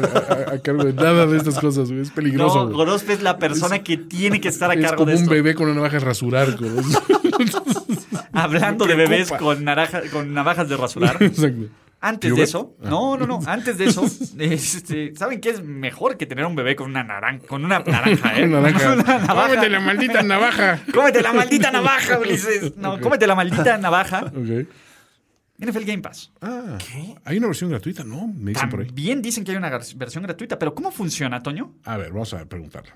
a- a cargo de nada de estas cosas, güey. Es peligroso.
No,
güey.
Gorospe es la persona que tiene que estar a
es
cargo
como
de
un
esto.
bebé con una navaja a rasurar. güey.
Hablando de bebés con, naraja- con navajas de rasurar.
Exacto.
Antes
¿Yogurt?
de eso,
Ah.
no, no, no, antes de eso, este, ¿saben qué es mejor que tener un bebé con una naranja? Con una naranja, ¿eh?
Una
Una
navaja.
navaja.
Cómete la maldita navaja.
Cómete la maldita navaja, Ulises. No, cómete la maldita navaja.
Ok.
NFL Game Pass.
Ah, hay una versión gratuita, ¿no? Me dicen por ahí.
También dicen que hay una gar- versión gratuita, pero ¿cómo funciona, Toño?
A ver, vamos a preguntarle.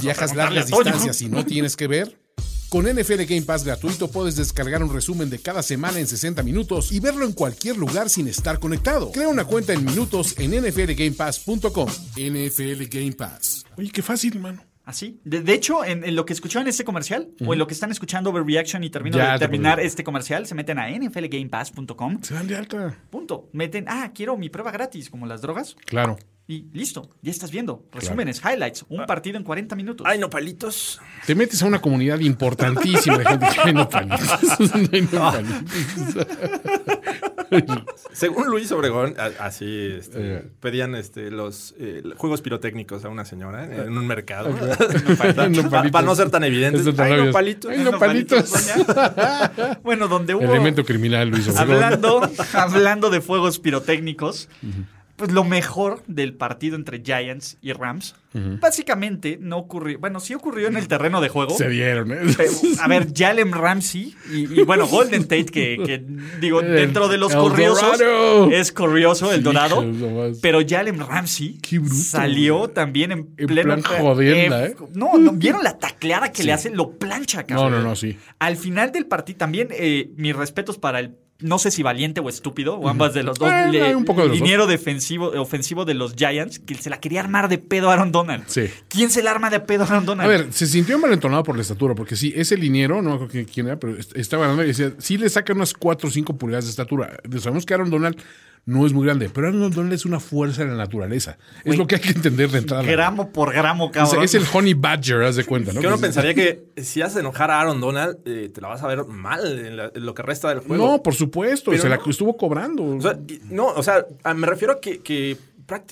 Viajas
preguntarle
largas
a Toño.
distancias y no tienes que ver. Con NFL Game Pass gratuito puedes descargar un resumen de cada semana en 60 minutos y verlo en cualquier lugar sin estar conectado. Crea una cuenta en minutos en nflgamepass.com. NFL Game Pass.
Oye, qué fácil, mano.
Así. De, de hecho, en, en lo que escucharon este comercial, o en lo que están escuchando Overreaction y termino
Ya
de
te
terminar
perdí.
este comercial, se meten a nflgamepass.com.
Se dan de alta.
Punto. Meten, ah, quiero mi prueba gratis, como las drogas.
Claro.
Y listo, ya estás viendo. Resúmenes, highlights, un partido en 40 minutos.
Ay, no, palitos.
Te metes a una comunidad importantísima de gente que no palitos. Ay,
Ah,
no palitos.
Según Luis Obregón, a- así este,
Eh.
pedían este, los eh, juegos pirotécnicos a una señora eh, en, en un
Ah,
mercado.
Ay, no
Para
palitos.
no ser tan evidentes.
Eso tan
Ay, no,
rápido.
palitos.
Ay, no palitos.
doña. bueno, donde hubo...
Elemento criminal, Luis Obregón.
Hablando, hablando de fuegos pirotécnicos, pues lo mejor del partido entre Giants y Rams, básicamente no ocurrió. Bueno, sí ocurrió en el terreno de juego.
Se dieron, ¿eh?
Pero, a ver, Jalen Ramsey y, y, bueno, Golden Tate, que, que, digo,
El-
dentro de los
el
corriosos
Dorado.
es corrioso el dorado.
Híjole, nomás.
Pero Jalen Ramsey
Qué bruto,
salió
güey.
también en,
En
pleno.
plan jodienda, ¿eh?
No, no, ¿vieron la tacleada que le hace? Lo plancha, cabrón.
no, no, sí.
Al final del partido, también eh, mis respetos para el. No sé si valiente o estúpido, o ambas de los dos.
Eh,
le-
hay un poco de los
liniero defensivo, eh, ofensivo de los Giants, que se la quería armar de pedo a Aaron Donald.
Sí.
¿Quién se la arma de pedo a Aaron
A
Donald?
ver, se sintió malentonado por la estatura, porque sí, ese liniero, no me acuerdo quién era, pero est- estaba hablando y decía, sí le sacan unas 4 o 5 pulgadas de estatura. Sabemos que Aaron Donald no es muy grande, pero Aaron Donald es una fuerza de la naturaleza. Es lo que hay que entender de entrada.
gramo por gramo,
O sea,
cabrón.
es el honey badger, haz de cuenta, ¿no? pues,
Que uno
Que-
pensaría que si haces enojar a Aaron Donald, eh, te la vas a ver mal en, la- en lo que resta del juego.
No, por supuesto,
Pero
se la
no.
estuvo cobrando.
O sea, y- no, o sea, a- me refiero a que, que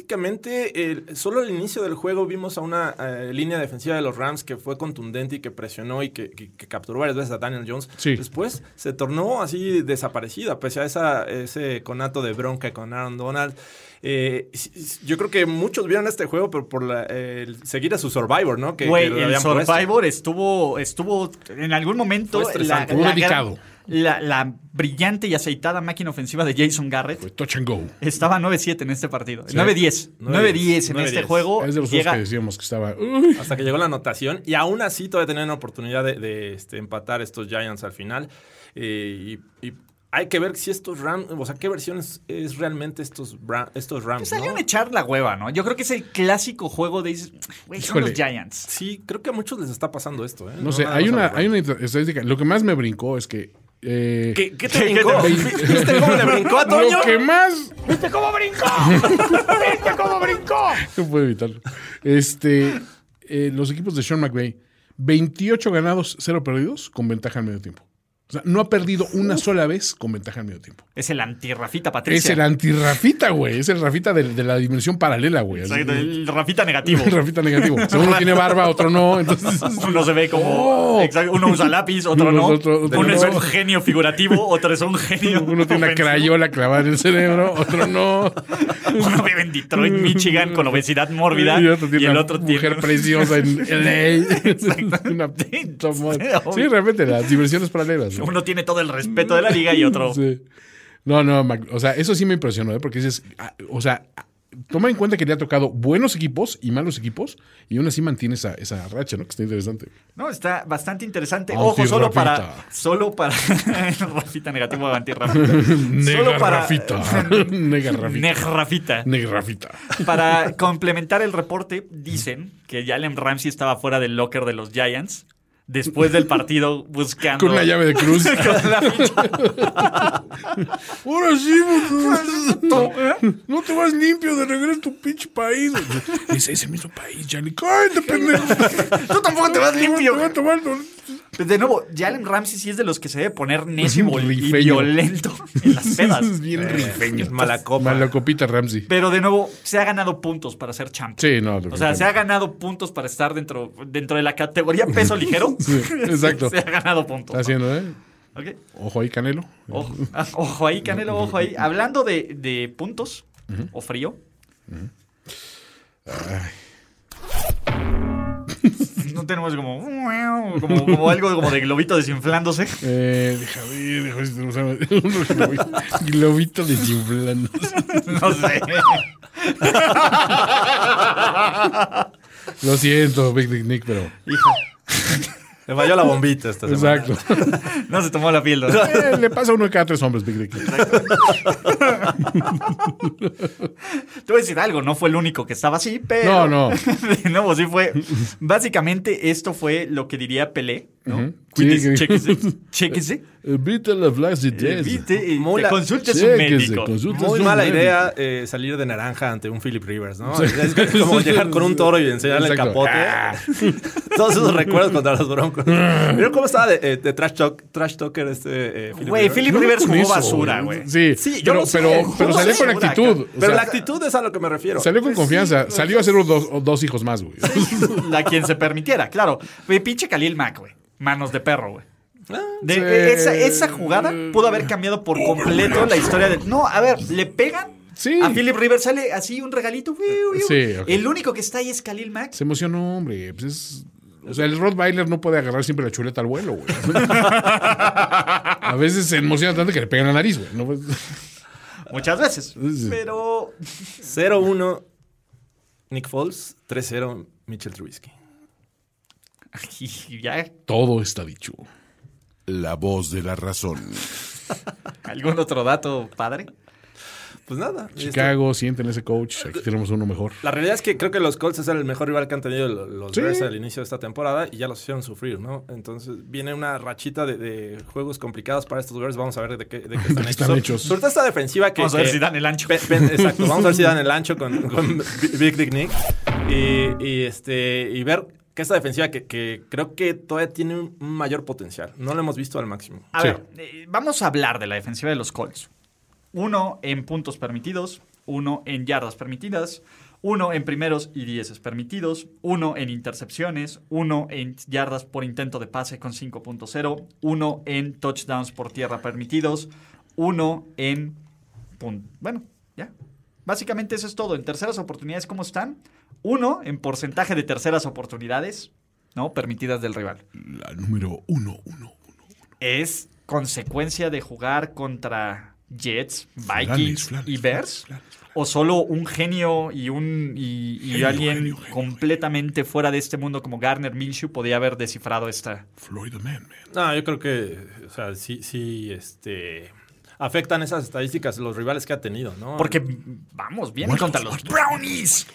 prácticamente el- solo al inicio del juego vimos a una eh, línea defensiva de los Rams que fue contundente y que presionó y que, que- que capturó varias veces a Daniel Jones.
Sí.
Después se tornó así desaparecida, pese a esa, ese conato de bronca con Aaron Donald. Eh, s- s- yo creo que muchos vieron este juego por, por la- el seguir a su Survivor, ¿no? Que, que
Güey,
lo
el
habían puesto.
Survivor estuvo, estuvo en algún momento
Fue
la,
estresante.
Estuvo
la-
delicado.
la- la brillante y aceitada máquina ofensiva de Jason Garrett.
Fue touch and go.
Estaba 9-7 en este partido. 9-10. 9-10
9-10
en este juego.
Es de los dos
Llega-
que decíamos que estaba. "Uy".
Hasta que llegó la anotación y aún así todavía tenían oportunidad de, de, este, empatar estos Giants al final. Eh, y, y hay que ver si estos Rams, o sea, qué versiones es realmente estos, Bra- estos Rams.
Salieron
¿no?
Pues a echar la hueva, ¿no? Yo creo que es el clásico juego de dices, güey, son los
Híjole.
Giants.
Sí, creo que a muchos les está pasando esto. ¿eh?
No sé,
nada
hay
más a
una,
los
hay
Rams.
una inter- estadística. Lo que más me brincó es que. eh,
¿Qué, qué te brincó? ¿Viste cómo le brincó a Toño?
lo que más.
¿Viste cómo brincó? ¿Viste cómo brincó?
No puedo evitarlo. Este, eh, los equipos de Sean McVay, 28 ganados, 0 perdidos, con ventaja al medio tiempo. O sea, no ha perdido una sola vez con ventaja al medio tiempo.
Es el anti-Rafita
Es
Patricia.
el antirrafita, güey. Es el Rafita de, de la dimensión paralela, güey. Así-
Exacto, el Rafita negativo.
El Rafita negativo. O sea, uno tiene barba, otro no. Entonces,
Uno se ve como.
Oh.
Exacto, uno usa lápiz, otro
Uno
no.
es otro- otro
uno es
no.
un genio figurativo, otro es un genio.
uno tiene una
ofensivo.
crayola clavada en el cerebro, otro no.
Uno vive en Detroit, Michigan, con obesidad mórbida.
Y el otro tiene
Y el
una
otro tiene.
mujer preciosa en LA.
Exacto.
Una puta madre.
Sí,
Sí, realmente, las diversiones paralelas. güey.
Uno tiene todo el respeto de la liga y otro.
Sí. No, no, Mac- o sea, eso sí me impresionó, ¿eh? porque dices, ah, o sea, ah, toma en cuenta que le ha tocado buenos equipos y malos equipos, y aún así mantiene esa, esa racha, ¿no? Que está interesante.
No, está bastante interesante.
Anti-Rafita.
Ojo, solo para. Solo para. Rafita negativo, anti-Rafita.
Nega
solo para.
Rafita. Nega Rafita.
Neg Rafita.
Nega Rafita.
Para complementar el reporte, dicen que Jalen Ramsey estaba fuera del locker de los Giants después del partido buscando.
Con una llave de cruz.
Con la ficha.
Ahora sí, puto. No te vas limpio de regreso a tu pinche país. Ese es el mismo país, Charlie. ¡Cállate, pendejo!
Tú tampoco te vas limpio.
Te va a tomar tu-
Pues de nuevo, Jalen Ramsey sí es de los que se debe poner necio y vol- y
Rifeño.
violento en las pedas. Eh,
Es bien rifeño.
Mala
Oh,
copa.
Mala copita, Ramsey.
Pero de nuevo, se ha ganado puntos para ser champ.
Sí, no.
O sea, se ha ganado puntos para estar dentro, dentro de la categoría peso ligero.
Sí, exacto.
se ha ganado puntos.
Está haciendo, ¿eh?
Ok.
Ojo ahí, Canelo.
Ojo, ah, ojo ahí, Canelo, ojo ahí. Hablando de, de puntos o frío. No tenemos como, como, como algo como de globito desinflándose.
Eh, deja ver, deja ver si tenemos algo. Un globito desinflando.
No sé.
Lo siento, Big Dick Nick, pero.
Le falló la bombita esta semana.
Exacto.
No se tomó la piel. ¿no?
Eh, le pasa a uno de cada tres hombres, Big Dick Nick.
Te voy a decir algo, no fue el único que estaba así, pero.
No, no.
De nuevo, sí fue. Básicamente, esto fue lo que diría Pelé, ¿no?
Sí,
Cuídese,
que-
chéquese, chéquese,
Evita la flash de
evite, eh,
Mola.
consulte a su
Chéquese,
médico.
consulte a
Muy
su
mala
médico.
idea eh, salir de naranja ante un Philip Rivers, ¿no? Es como llegar con un toro y enseñarle
Exacto. Ah.
el capote. Todos esos recuerdos contra los broncos. Mira cómo estaba de, eh, de trash, talk- trash talker este eh, Philip
Güey,
Rivers.
Philip
Yo
Rivers
con
jugó
eso,
basura, güey.
Sí,
Sí, yo
pero,
lo sé,
pero,
yo
pero
lo
salió
sé,
con
huraca.
actitud. o
Pero
sea,
la actitud es a lo que me refiero.
Salió con confianza. salió a hacer un dos, o dos hijos más, güey.
La quien se permitiera, claro. Güey, pinche Khalil Mack, güey. Manos de perro, güey. De-
Sí.
e- esa, esa jugada pudo haber cambiado por completo la historia de. No, a ver, le pegan.
Sí.
A Philip Rivers sale así un regalito. wiu, wiu.
Sí, ok.
El único que está ahí es Khalil Mack.
Se emocionó, hombre. Pues es- o sea, el Rottweiler no puede agarrar siempre la chuleta al vuelo, güey. A veces se emociona tanto que le pegan la nariz, güey. No, pues-
Muchas veces. Pero
0-1 Nick Foles, 3-0 Mitchell Trubisky.
Y ya,
todo está dicho.
La voz de la razón.
¿algún otro dato padre?
Pues nada. este,
Chicago, sienten ese coach. Aquí tenemos uno mejor.
La realidad es que creo que los Colts es el mejor rival que han tenido lo- los
Sí.
Bears al inicio de esta temporada y ya los hicieron sufrir, ¿no? Entonces viene una rachita de, de juegos complicados para estos Bears. Vamos a ver de qué, de qué están,
qué están
So-
hechos.
Sobre todo esta defensiva que.
Vamos a ver
que-
si dan el ancho.
Pe- pe- exacto, vamos a ver si dan el ancho con, con Big Dick Nick. Y, y, este, y ver que esta defensiva que, que creo que todavía tiene un un mayor potencial. No lo hemos visto al máximo.
A
Sí.
ver, eh, vamos a hablar de la defensiva de los Colts. Uno en puntos permitidos, uno en yardas permitidas, uno en primeros y dieces permitidos, uno en intercepciones, uno en yardas por intento de pase con 5.0, uno en touchdowns por tierra permitidos, uno en... pun- Bueno, ya. Básicamente eso es todo. En terceras oportunidades, ¿cómo están? Uno en porcentaje de terceras oportunidades, ¿no? Permitidas del rival
La número uno, uno.
es consecuencia de jugar contra Jets, Vikings
Flanes, flanes,
y Bears?
flanes, flanes,
¿O solo un genio y un y, y
Genio,
alguien
genio, genio,
completamente fuera de este mundo como Garner Minshew podía haber descifrado esta?
Floyd the Man, man.
No, yo creo que, o sea, sí, sí, este, afectan esas estadísticas los rivales que ha tenido, ¿no?
Porque vamos, viene
Muertos,
contra los Brownies.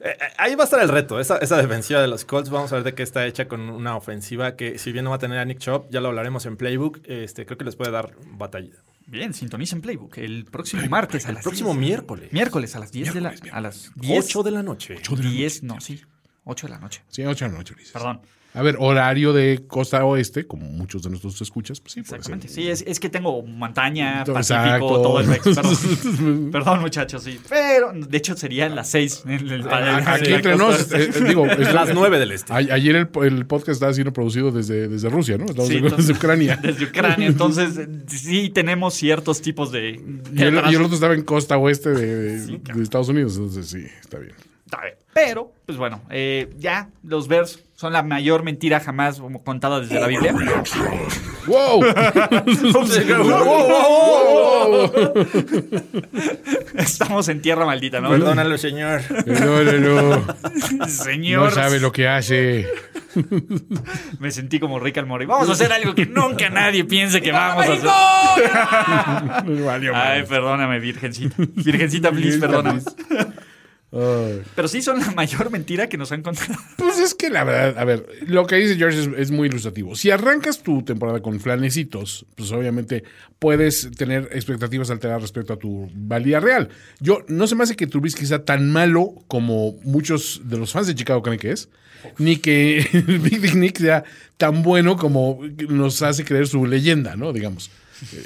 Eh, eh, ahí va a estar el reto, esa, esa defensiva de los Colts. Vamos a ver de qué está hecha con una ofensiva que, si bien no va a tener a Nick Chubb, ya lo hablaremos en Playbook, este, creo que les puede dar batalla.
Bien, sintonicen Playbook el próximo martes a las
Próximo
10.
miércoles,
miércoles a las 10 de la a las 10
8 de la noche.
10, no, sí, 8 de la noche.
Sí, ocho de la noche, Ulises.
Perdón.
A ver, horario de costa oeste, como muchos de nuestros escuchas, pues sí, puede ser.
Exactamente. Sí, es, es que tengo montaña,
Exacto.
Pacífico, todo el resto. Perdón, Perdón, muchachos, sí. Pero de hecho serían las seis. en el-
A- Aquí
en la
Ah, entre
costa.
nos, eh, eh, digo, es-
Las 9 del este.
a- ayer el, el podcast estaba siendo producido desde, desde Rusia, ¿no? Estamos
Sí,
de- desde
entonces,
Ucrania.
Desde Ucrania. Entonces, eh, sí tenemos ciertos tipos de.
Y el,
de-
y el otro estaba en costa oeste de,
Sí,
de
cabrón.
Estados Unidos, entonces sí, está bien.
A ver, Pero, pues bueno, eh, ya los Bears son la mayor mentira jamás contada desde la Biblia.
¡Wow!
Estamos en tierra maldita, ¿no?
Perdónalo, señor.
Eh, No, no, no.
Señor.
No sabe lo que hace.
Me sentí como Rick Mori. Vamos a hacer algo que nunca nadie piense que vamos a hacer.
Valió,
Ay,
madre.
perdóname, virgencita. Virgencita, please,
Virgen,
perdóname.
Ay.
Pero sí son la mayor mentira que nos han contado.
Pues es que la verdad, a ver, lo que dice George es, es muy ilustrativo. Si arrancas tu temporada con flanecitos, pues obviamente puedes tener expectativas alteradas respecto a tu valía real. Yo no se me hace que Trubisky sea tan malo como muchos de los fans de Chicago creen que es, ni que el Big Dick Nick sea tan bueno como nos hace creer su leyenda, ¿no? Digamos.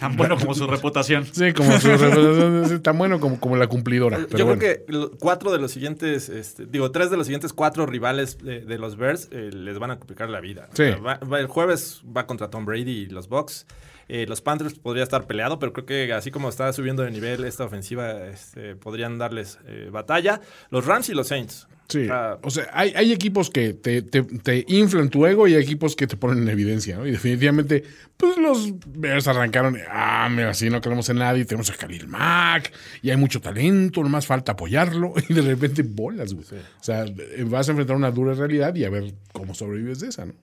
Tan bueno como su reputación.
Sí, como su representación, tan bueno como, como la cumplidora. Pero
Yo
bueno.
creo que lo- cuatro de los siguientes, este, digo, tres de los siguientes cuatro rivales de, de los Bears eh, les van a complicar la vida.
Sí.
O sea, va- va- el jueves va contra Tom Brady y los Bucks. Eh, los Panthers podría estar peleado, pero creo que así como está subiendo de nivel esta ofensiva, este, podrían darles eh, batalla. Los Rams y los Saints.
Sí.
Ah.
o sea, hay, hay equipos que te, te- te inflan tu ego y hay equipos que te ponen en evidencia, ¿no? Y definitivamente, pues los Bears arrancaron, ah, mira, así no queremos en nadie, tenemos a Khalil Mack, y hay mucho talento, nomás falta apoyarlo, y de repente bolas, güey. O sea, vas a enfrentar una dura realidad y a ver cómo sobrevives de esa, ¿no?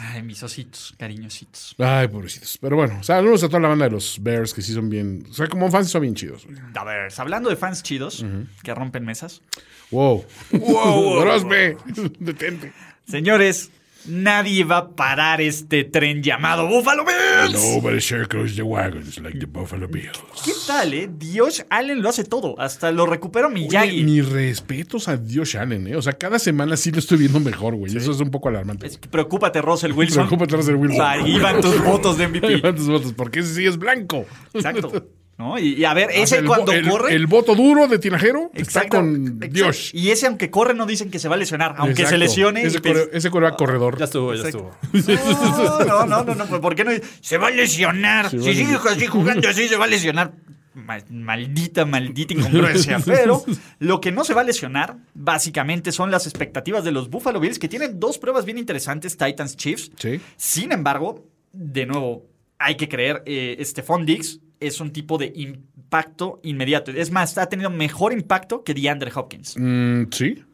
Ay, mis ositos, cariñositos.
Ay, pobrecitos. Pero bueno, saludos a toda la banda de los Bears que sí son bien, o sea, como fans son bien chidos. güey.
A ver, hablando de fans chidos que rompen mesas.
Wow. Wow, Grosbe, detente.
Señores, nadie va a parar este tren llamado Buffalo Bills.
Nobody circles the wagons like the Buffalo Bills.
¿Qué tal, eh? Dios Allen lo hace todo. Hasta lo recupera
Oye,
Miyagi.
mis respetos a Dios Allen, ¿eh? O sea, cada semana sí lo estoy viendo mejor, güey. Eso es un poco alarmante.
Es que preocúpate, Russell Wilson.
Preocúpate, Russell Wilson.
Ahí van tus votos de
Ahí van
MVP.
tus votos, porque ese sí es blanco.
Exacto. ¿No? Y, y a ver,
O sea,
ese
Ah, el,
cuando
vo- el-
corre.
el voto duro de Tinajero está
Exacto.
con
Exacto.
Dios.
Y ese, aunque corre, no dicen que se va a lesionar. Aunque se
Exacto.
lesione.
Ese,
y pues-
cuero- ese cuero era corredor.
Ya estuvo, ya estuvo.
No, no, no, no, no, pues, ¿por qué no? Se va a lesionar.
Se va a
si sigue así jugando así, se va a lesionar. Ma- Maldita, maldita incongruencia. Pero lo que no se va a lesionar, básicamente, son las expectativas de los Buffalo Bills, que tienen dos pruebas bien interesantes, Titans Chiefs.
Sí.
Sin embargo, de nuevo, hay que creer, eh, Stephon Diggs es un tipo de impacto inmediato. Es más, ha tenido mejor impacto que DeAndre Hopkins.
Mm, sí.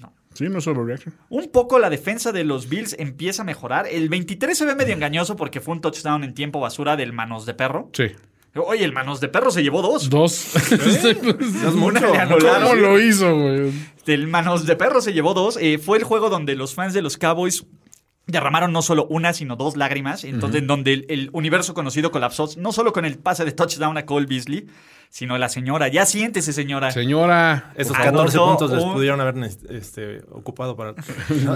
No.
Sí, no es overreaction.
Un poco la defensa de los Bills empieza a mejorar. El 23 se ve
Mm.
medio engañoso porque fue un touchdown en tiempo basura del manos de perro.
Sí.
Oye, el manos de perro se llevó dos.
Dos.
¿Eh? Una le
¿Cómo
anularon.
lo hizo, güey?
El manos de perro se llevó dos. Eh, fue el juego donde los fans de los Cowboys derramaron no solo una, sino dos lágrimas. Entonces, en donde el, el universo conocido colapsó, no solo con el pase de touchdown a Cole Beasley, sino la señora. Ya siéntese, señora.
Señora,
Esos
Anotó
14 puntos les
un-
pudieron haber este, ocupado para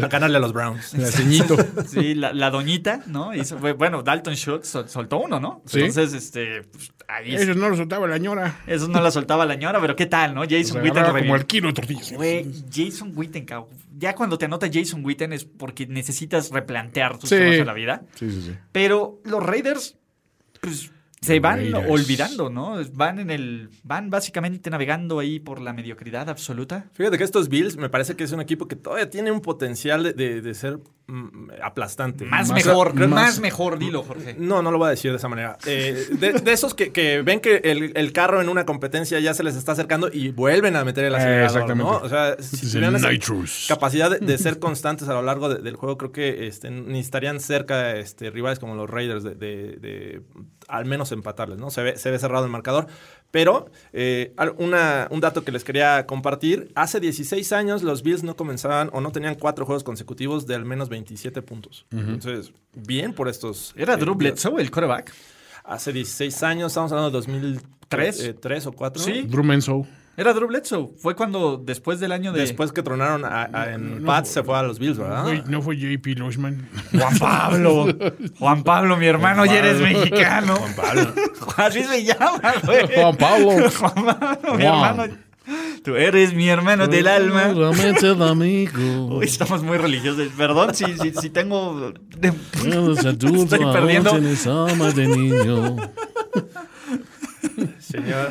ganarle a los Browns.
la ceñito.
Sí, la, la doñita, ¿no? Hizo- fue- bueno, Dalton Schultz sol- soltó uno, ¿no?
Sí.
Entonces, este, pues, ahí
Ellos no lo soltaba la ñora.
Eso no la soltaba la ñora, pero qué tal, ¿no?
Se
Jason Witten
agarraba como
revivió.
el kilo de tortillas. ¿eh?
Güey, Jason Witten, cabrón. Ya cuando te anota Jason Witten es porque necesitas replantear tus
Sí.
temas de la vida.
Sí, sí, sí.
Pero los Raiders, pues, se van
Raiders.
olvidando, ¿no? Van en el. Van básicamente navegando ahí por la mediocridad absoluta.
Fíjate que estos Bills me parece que es un equipo que todavía tiene un potencial de, de- de ser mm, aplastante.
Más,
Más-
mejor,
más-
más, mejor, dilo, Jorge.
No, no lo voy a decir de esa manera. Eh, de, de esos que, que ven que el, el carro en una competencia ya se les está acercando y vuelven a meter el
Eh,
acelerador,
exactamente.
¿no? O sea, si
Es
tuvieran
el
esa
nitrous.
capacidad de, de ser constantes a lo largo de- del juego, creo que este, necesitarían cerca este, rivales como los Raiders de, de- de al menos empatarles, ¿no? Se ve, se ve cerrado el marcador. Pero eh, al- una- un dato que les quería compartir, hace 16 años los Bills no comenzaban o no tenían cuatro juegos consecutivos de al menos 27 puntos. Entonces, bien por estos...
Era
eh,
Drew Bledsoe el coreback.
Hace 16 años, estamos hablando de 2003
¿Tres?
eh, ¿tres o 4.
Sí.
Drew Menso.
Era Drew Bledsoe. Fue cuando, después del año de.
Después que tronaron a, a- en Pats, se fue a los Bills, ¿verdad?
Güey, no fue JP Lushman.
Juan Pablo. Juan Pablo, mi hermano, ya eres mexicano. Juan Pablo. Así se llama, güey.
Juan Pablo.
Juan Pablo, mi
Juan.
hermano. Tú eres mi hermano del alma.
Realmente el amigo.
Uy, estamos muy religiosos. Perdón si, si, si tengo... de-
Eres adulto,
Estoy
ahora
perdiendo.
tienes alma de niño.
Señor.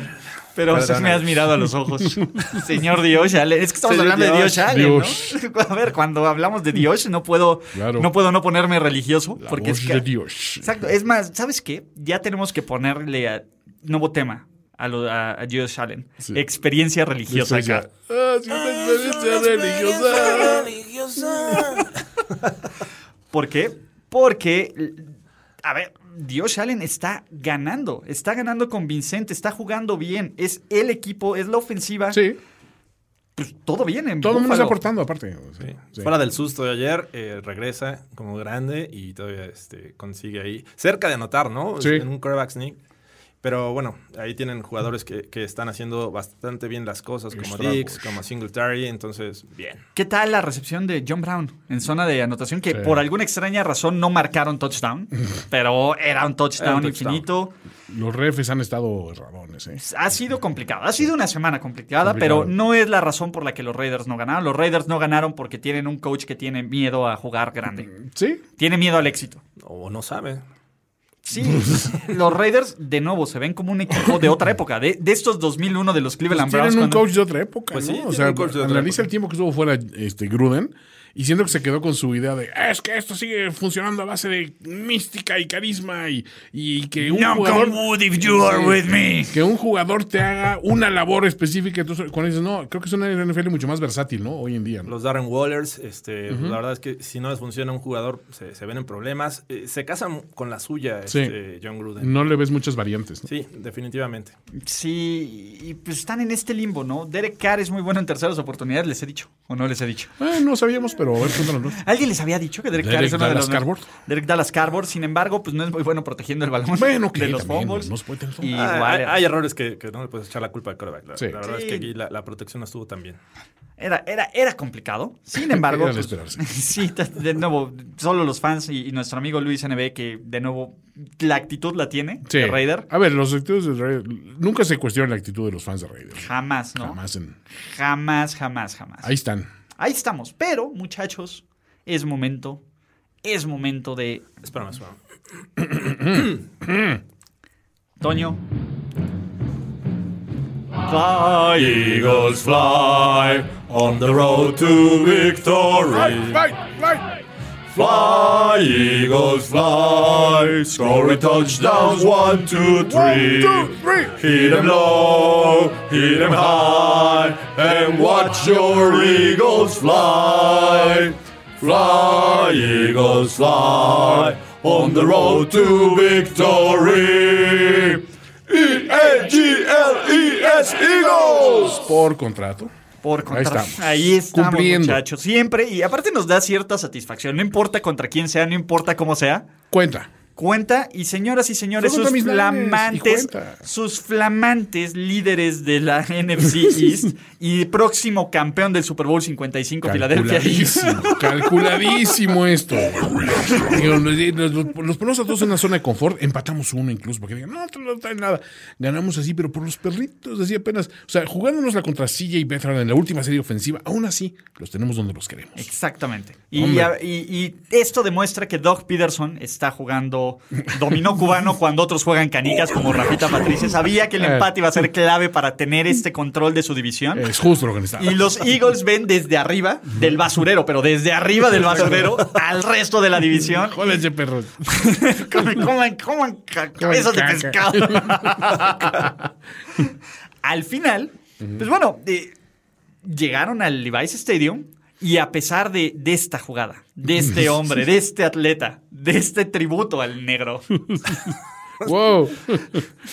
Pero o sea, me has mirado a los ojos. Señor Dios, Ale. Es que estamos
Señor
hablando de Dios,
Dios.
Ale, ¿no? A ver, cuando hablamos de Dios, no puedo,
Claro.
no, puedo no ponerme religioso.
La
porque
voz
es que-
de Dios.
Exacto. Es más, ¿sabes qué? Ya tenemos que ponerle a- nuevo tema a, lo, a, a Josh Allen. Experiencia religiosa acá.
Ah, sí, una experiencia religiosa.
¿Por qué? Porque, a ver, Josh Allen está ganando. Está ganando convincente, está jugando bien. Es el equipo, es la ofensiva.
Sí,
Pues todo bien en
todo el mundo está aportando,
Buffalo.
aparte. Sí, sí.
Fuera del susto de ayer, eh, regresa como grande y todavía este, consigue ahí, cerca de anotar, ¿no?
Sí.
En un quarterback sneak. Pero bueno, ahí tienen jugadores que, que están haciendo bastante bien las cosas, como
Strauss.
Dix, como Singletary, entonces, bien.
¿Qué tal la recepción de John Brown en zona de anotación? Que por alguna extraña razón no marcaron touchdown, pero era un touchdown,
Era un touchdown.
infinito.
Los refes han estado rabones, ¿eh?
ha sido complicado. Ha sido una semana complicada,
Complicado.
pero no es la razón por la que los Raiders no ganaron. Los Raiders no ganaron porque tienen un
Mm.
coach que tiene miedo a jugar grande.
Sí,
Tiene miedo al éxito.
O no sabe.
Sí, los Raiders de nuevo se ven como un equipo de otra época, de, de estos 2001 de los Cleveland
Pues Tienen
Browns.
un
cuando-
coach de otra época,
Pues
¿no?
sí,
o
tienen
sea,
un coach de otra
analiza
época.
el tiempo que estuvo fuera este, Gruden y siento que se quedó con su idea de "Ah, es que esto sigue funcionando a base de mística y carisma y, y que un jugador... Sí. Que un jugador te haga una labor específica. Entonces, cuando dices, no, creo que es una NFL mucho más versátil, ¿no? Hoy en día, ¿no?
Los Darren Wallers, este, la verdad es que si no les funciona un jugador, se, se ven en problemas. Eh, se casan con la suya,
Sí. Mm.
este, John Gruden.
No le ves muchas variantes, ¿no?
Sí, definitivamente.
Sí, y pues están en este limbo, ¿no? Derek Carr es muy bueno en terceras oportunidades, les he dicho, o no les he dicho.
Ah, no sabíamos, pero a ver, cuéntanos, ¿no?
Alguien les había dicho que Derek, Carr
Derek
es uno de
Dallas
los...
Carbord.
Derek Dallas Carbord, sin embargo, pues no es muy bueno protegiendo el balón
Bueno, que
de los
también,
fumbles.
no se puede tener
Y
Ah,
igual
hay,
era-
hay errores que, que no le puedes echar la culpa al coreback. La,
Sí.
la verdad es que
Sí.
aquí la, la protección no estuvo tan bien.
Era, era, era complicado. Sin embargo.
Era de
pues,
esperarse.
sí, de- de nuevo, solo los fans y, y nuestro amigo Luis NB, que de nuevo la actitud la tiene
Sí.
de Raider.
A ver, los actitudes de Raiders. Nunca se cuestiona la actitud de los fans de Raiders.
Jamás, ¿no?
Jamás. en-
Jamás, jamás, jamás.
Ahí están.
Ahí estamos. Pero, muchachos, es momento. Es momento de.
Espérame, espérame.
Toño.
Eagles fly on the road to victory. Fly, Eagles fly. Scoring touchdowns, one, two, three. Hit 'em low, hit 'em high, and watch your Eagles fly. Fly, Eagles fly, on the road to victory. E E-A-G-L-E-S, E Eagles!
Por contrato.
Por contra.
Ahí estamos.
Ahí estamos,
Cumpliendo.
muchachos. Siempre. Y aparte nos da cierta satisfacción. No importa contra quién sea, no importa cómo sea.
Cuenta.
Cuenta y señoras y señores,
Son contra mis
sus
Niners, y
flamantes,
cuenta.
sus flamantes líderes de la NFC East y próximo campeón del Super Bowl 55 Filadelfia Eagles.
Calculadísimo. calculadísimo esto. Digo, nos- nos- los, los ponemos a todos en la zona de confort. Empatamos uno incluso. Porque digan, no, no trae nada. Ganamos así, pero por los perritos. Así apenas. O sea, jugándonos la contra CJ Bethard en la última serie ofensiva. Aún así, los tenemos donde los queremos.
Exactamente. Y,
Hombre.
a- y- y esto demuestra que Doug Peterson está jugando dominó cubano cuando otros juegan canicas como Rafita Patricia. Sabía que el
Eh.
empate iba a ser clave para tener este control de su división.
Es justo lo que necesitamos.
Y los Eagles ven desde arriba del basurero, pero desde arriba del basurero al resto de la división.
Jódense, perros.
Coman, coman, coman ca- cabezas de
caca.
pescado. al final, pues bueno, eh, llegaron al Levi's Stadium y a pesar de, de esta jugada, de este hombre, de este atleta, de este tributo al negro.
Wow.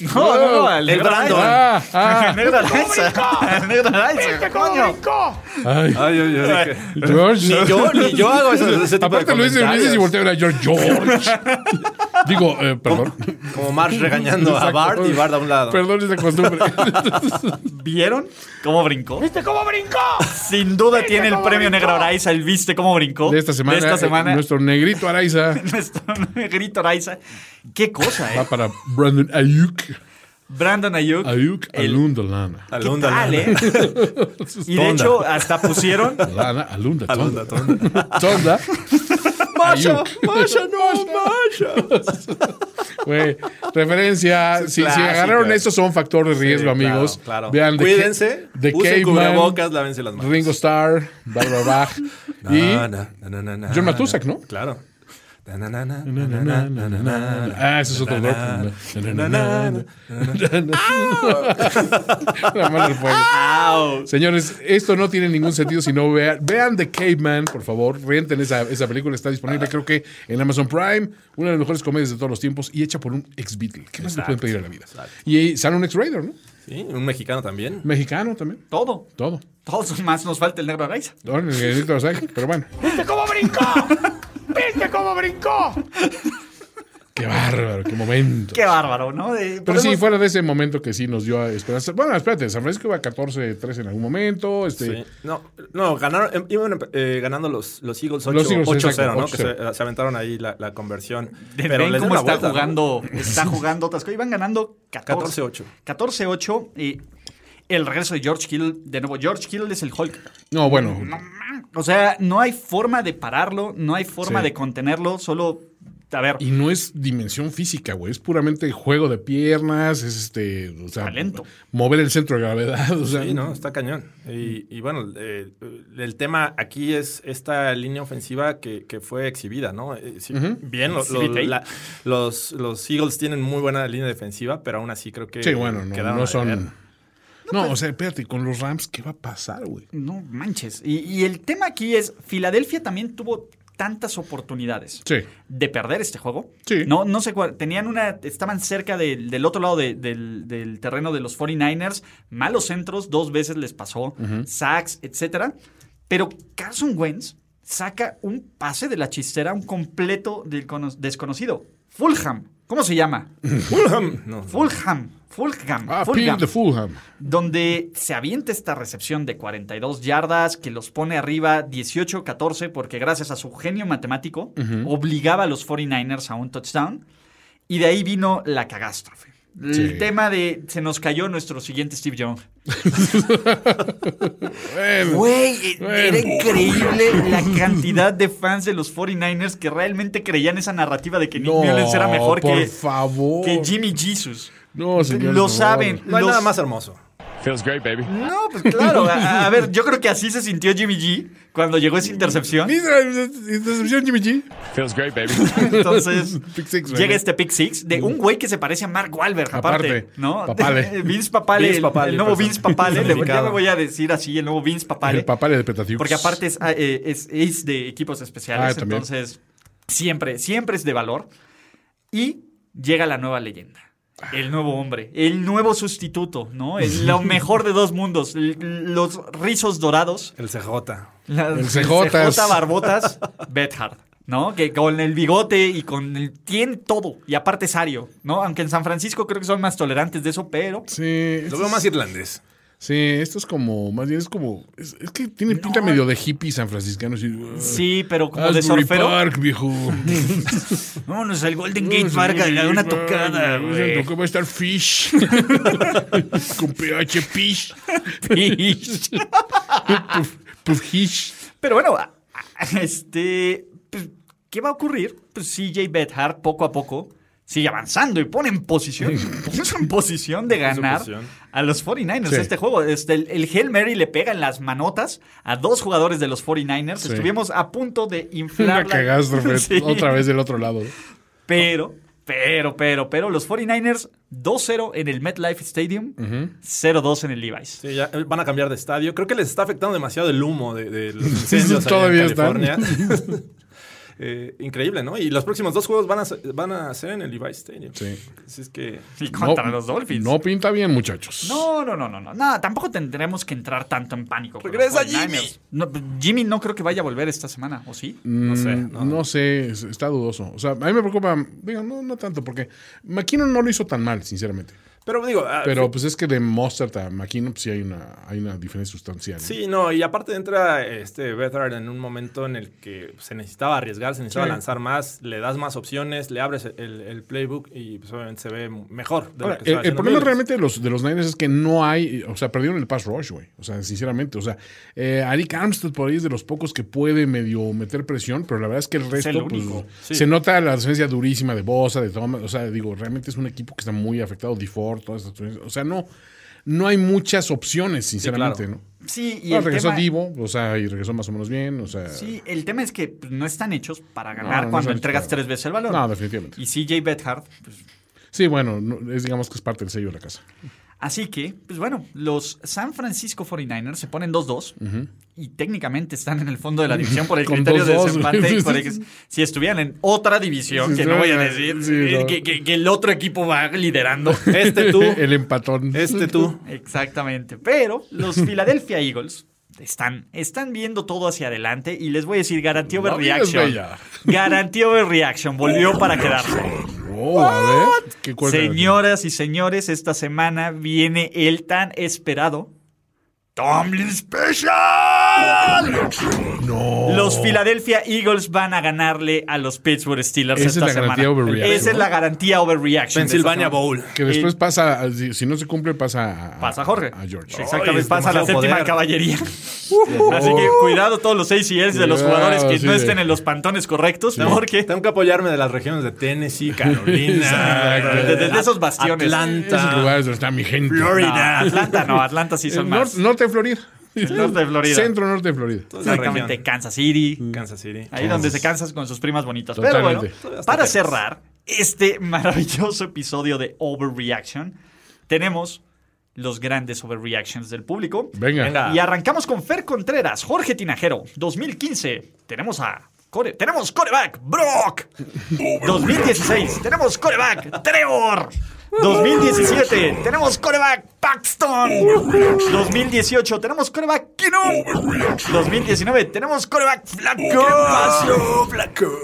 No, no, no, al
El
negro
Brandon.
Araiza.
Ah, ah.
Al negro Araiza. Al negro Araiza, coño.
Ay,
Ay, ay, ay, dije,
George.
Eh, Ni yo, ni yo hago ese, ese tipo
Aparte
de
lo dice
comentarios.
Ulises y voltea a ver a George. George. Digo, eh, perdón.
Como Marsh regañando a
Exacto.
Bart y Bart a un lado.
Perdón esa costumbre.
¿Vieron cómo brincó?
¿Viste cómo brincó?
Sin duda
¿Viste
tiene el
cómo
premio
brincó?
negro Araiza, el viste cómo brincó.
De esta semana,
De esta semana.
eh, nuestro negrito Araiza
Nuestro negrito Araiza. Qué cosa,
va
¿eh?
para Brandon Ayuk.
Brandon Ayuk.
Ayuk
el-
Alundalana.
¿Qué
Alunda,
tal,
alunda.
eh? Y de
Tonda.
hecho, hasta pusieron.
Lana, Alunda,
Alunda,
Tonda.
tonda.
Tonda.
¡Masha!
Ayuk.
¡Masha, no, Masha!
Güey, referencia. Si, si
clásica.
agarraron esto, son factor de riesgo,
claro,
amigos.
claro.
Vean The Ca-
Cuídense,
The
usen
Caveman,
cubrebocas, lávense las manos.
Ringo Starr, Barbara Bach.
Na,
y
na, na, na, na, na,
John
na.
Matusak, ¿no?
Claro. Na, na, na, na,
Na,
na, na, na, na, na, na.
Ah, ese es otro
na, na, na, na.
La mano al fuego. Señores, esto no tiene ningún sentido si no vean. Vean The Caveman, por favor. Renten esa, esa película. Está disponible, creo que en Amazon Prime. Una de las mejores comedias de todos los tiempos y hecha por un ex Beatle. ¿Qué más le pueden pedir a la vida? Y ahí sale un ex Raider, ¿no?
Sí, un mexicano también.
Mexicano también.
Todo.
Todo.
Todos más nos falta el negro Araiza.
Don Benedicto Arzac, Pero bueno,
¿Viste cómo brincó? ¿Viste cómo brincó?
qué bárbaro, qué momento.
Qué bárbaro, ¿no? Eh,
Pero sí,
podemos-
fuera de ese momento que sí nos dio esperanza. Bueno, espérate, San Francisco iba a 14-3 en algún momento. Este,
Sí. No, no, ganaron, em, iban eh, ganando los, los Eagles
Los
ocho-
Eagles,
8-0,
exacto,
¿no? Que
8-0.
se, se aventaron ahí la, la conversión.
De-
Pero
ven
les
cómo está
dieron la vuelta, ¿no?
jugando, está jugando otras cosas. Iban ganando 14.
14-8.
14-8 y el regreso de George Hill, de nuevo, George Hill es el Hulk.
No, bueno,
O sea, no hay forma de pararlo, no hay forma
Sí.
de contenerlo, solo a ver,
Y no es dimensión física, güey. Es puramente juego de piernas, es este. O sea,
Talento.
Mover el centro de gravedad. O sea, Mm.
Sí, no, está cañón. Y, y bueno, eh, el tema aquí es esta línea ofensiva que, que fue exhibida, ¿no? Eh, sí, Bien, lo- lo-
Exhibite ahí.
la- los, los Eagles tienen muy buena línea defensiva, pero aún así creo que
Sí, bueno, no,
quedaron
no
a deber.
son. No,
pues
o sea, espérate, con los Rams, ¿qué va a pasar, güey?
no manches. Y, y el tema aquí es, Filadelfia también tuvo tantas oportunidades
Sí.
de perder este juego.
Sí.
No, no sé cuál. Tenían una. Estaban cerca del- del otro lado de- del, del terreno de los 49ers. Malos centros, dos veces les pasó. Sacks, etcétera. Pero Carson Wentz saca un pase de la chistera, un completo del cono- desconocido. Fulham. ¿Cómo se llama?
Fulham, no, no.
Fulham. Fulham.
Ah,
Fulham
Peel de Fulham.
donde se avienta esta recepción de 42 yardas que los pone arriba 18-14 porque gracias a su genio matemático obligaba a los 49ers a un touchdown y de ahí vino la cagástrofe. El
Sí.
tema de se nos cayó nuestro siguiente Steve Young.
Bueno,
Güey, eh, era increíble la cantidad de fans de los 49ers que realmente creían esa narrativa de que Nick
No,
Mullens era mejor
por
que,
favor.
que Jimmy Jesus.
No, señor,
Lo
no.
saben.
No hay
los-
nada más hermoso.
Feels great, baby.
No, pues claro. A, a ver, yo creo que así se sintió Jimmy G cuando llegó esa intercepción.
Mira, intercepción Jimmy G.
Feels great, baby.
Entonces
Pick six,
llega
¿verdad?
este pick six de un güey que se parece a Mark Wahlberg, aparte,
Aparte,
¿no?
Papale.
Vince Papale,
Vince
el-
Papale,
el, nuevo
perdón.
Vince Papale. le, ya
Significado.
me voy a decir así, el nuevo Vince Papale.
El papá de Petatiux.
Porque aparte es, ah, eh, es ace de equipos
Ah,
especiales,
también.
entonces siempre, siempre es de valor. Y llega la nueva leyenda. El nuevo hombre, el nuevo sustituto, ¿no? Es lo mejor de dos mundos. l- Los rizos dorados
El CJ.
la-
El cejotas.
CJ Barbotas, Bethard, ¿no? Que con el bigote y con el... Tiene todo. Y aparte es ario, ¿no? Aunque en San Francisco creo que son más tolerantes de eso, pero...
Sí, esto
Lo veo
es-
más irlandés.
Sí, esto es como, más bien es como, es, es que tiene pinta medio de hippie san franciscano. así, uh,
Sí, pero como de
Asbury
surfero.
Park, viejo.
Vámonos al Golden Gate Park a la- una tocada, güey.
¿Cómo va a estar Fish? Con PH Fish. Puff Hish.
Pero bueno, a- a- este, pues, ¿qué va a ocurrir? Pues CJ Bethard poco a poco sigue avanzando y pone en posición, pone en posición de ganar
posición.
a los 49ers
Sí.
este juego. Este, el, el Hail Mary le pega en las manotas a dos jugadores de los 49ers. Estuvimos a punto de inflar
Una
la-
cagástrofe.
Sí.
Otra vez del otro lado.
Pero, pero, pero, pero, los 49ers 2-0 en el MetLife Stadium, 0-2 en el Levi's.
Sí, ya eh, van a cambiar de estadio. Creo que les está afectando demasiado el humo de, de los incendios allá
Todavía
en
están.
California. Eh, increíble, ¿no? Y los próximos dos juegos van a, ser- van a ser en el Levi's Stadium.
Sí.
Así es que
Y contra
No-
los Dolphins.
No pinta bien, muchachos.
No, no, no, no, no. Nada, tampoco tendremos que entrar tanto en pánico. con los
Regresa
49ers. No, pues, Jimmy no creo que vaya a volver esta semana, ¿o sí?
no sé.
Mm, No, sé, es- está dudoso. O sea, a mí me preocupa, digo, no, no tanto, porque McKinnon no lo hizo tan mal, sinceramente.
Pero digo, ah,
Pero pues es que de Mostert a McKinnon pues, sí hay una, hay una diferencia sustancial. ¿no?
sí, no, y aparte entra este Bethard en un momento en el que se necesitaba arriesgar, se necesitaba
Sí.
lanzar más, le das más opciones, le abres el, el playbook y pues, obviamente se ve mejor. de lo
Ahora,
que
el, el
estaba haciendo
problema
Bills.
realmente de los, de los Niners es que no hay, o sea, perdieron el pass rush, güey. O sea, sinceramente, o sea, eh, Arik Armstead por ahí es de los pocos que puede medio meter presión, pero la verdad es que el resto,
el
pues,
único,
sí.
se nota la ausencia durísima de Bosa, de Thomas, o sea, digo, realmente es un equipo que está muy afectado, DeFord, todas estas opciones. o sea, no, no hay muchas opciones, sinceramente,
claro.
¿no?
Sí, y
Bueno,
el
regresó
tema...
Divo, o sea, y regresó más o menos bien, o sea,
Sí, el tema es que pues, no están hechos para
No,
ganar
no, no
cuando
están
entregas
hechos para-
tres veces el balón.
No, definitivamente.
Y CJ Bethard, pues,
sí, bueno, no- es digamos que es parte del sello de la casa.
Así que, pues bueno, los San Francisco 49ers se ponen 2-2 y técnicamente están en el fondo de la división por el
Con
criterio de
2-2,
desempate.
güey.
por el que- si estuvieran en otra división,
Sí,
que no voy a
sí,
decir,
sí,
eh,
no.
que, que- que el otro equipo va liderando.
Este tú,
el empatón.
este tú.
Exactamente. Pero los Philadelphia Eagles están, están viendo todo hacia adelante y les voy a decir, garantía
La vida es
overreaction.
bella.
Garantía overreaction. Volvió para quedarse.
Oh, a ver, ¿qué cuál era?
Señoras y señores, esta semana viene el tan esperado Tomlin Special. Los Philadelphia Eagles van a ganarle a los Pittsburgh Steelers
Esa
esta
es la
semana.
garantía overreaction,
Esa es la garantía overreaction. de esta
Pennsylvania
semana.
Bowl.
Que después pasa, a- si si no se cumple, pasa a,
Pasa Jorge.
a George.
Ay,
Exactamente,
es
pasa la
demasiado
séptima
poder.
caballería. Así que cuidado todos los ACLs de
Cuidado,
los jugadores que
Uh. sí,
no
de-
estén en los pantones correctos, porque
Tengo que apoyarme de las regiones de Tennessee, Carolina,
Exacto.
De- de- de esos bastiones.
Esos
Atlanta,
lugares donde está mi gente.
No,
Florida.
Atlanta no, Atlanta sí son
El
más.
nor- norte de Florida.
norte de Florida.
Centro norte de Florida.
Toda esa
Exactamente,
región.
Kansas City.
Kansas City.
Ahí donde se cansas con sus primas bonitas.
Totalmente.
Pero bueno, para cerrar este maravilloso episodio de Overreaction, tenemos los grandes overreactions del público.
Venga.
Venga.
Y arrancamos con Fer Contreras, Jorge Tinajero, 2015. Tenemos a. Core, tenemos coreback, Brock. 2016, tenemos coreback, Trevor. 2017, tenemos coreback, Paxton. 2018, tenemos coreback, Kinum. 2019, tenemos coreback, Flaco.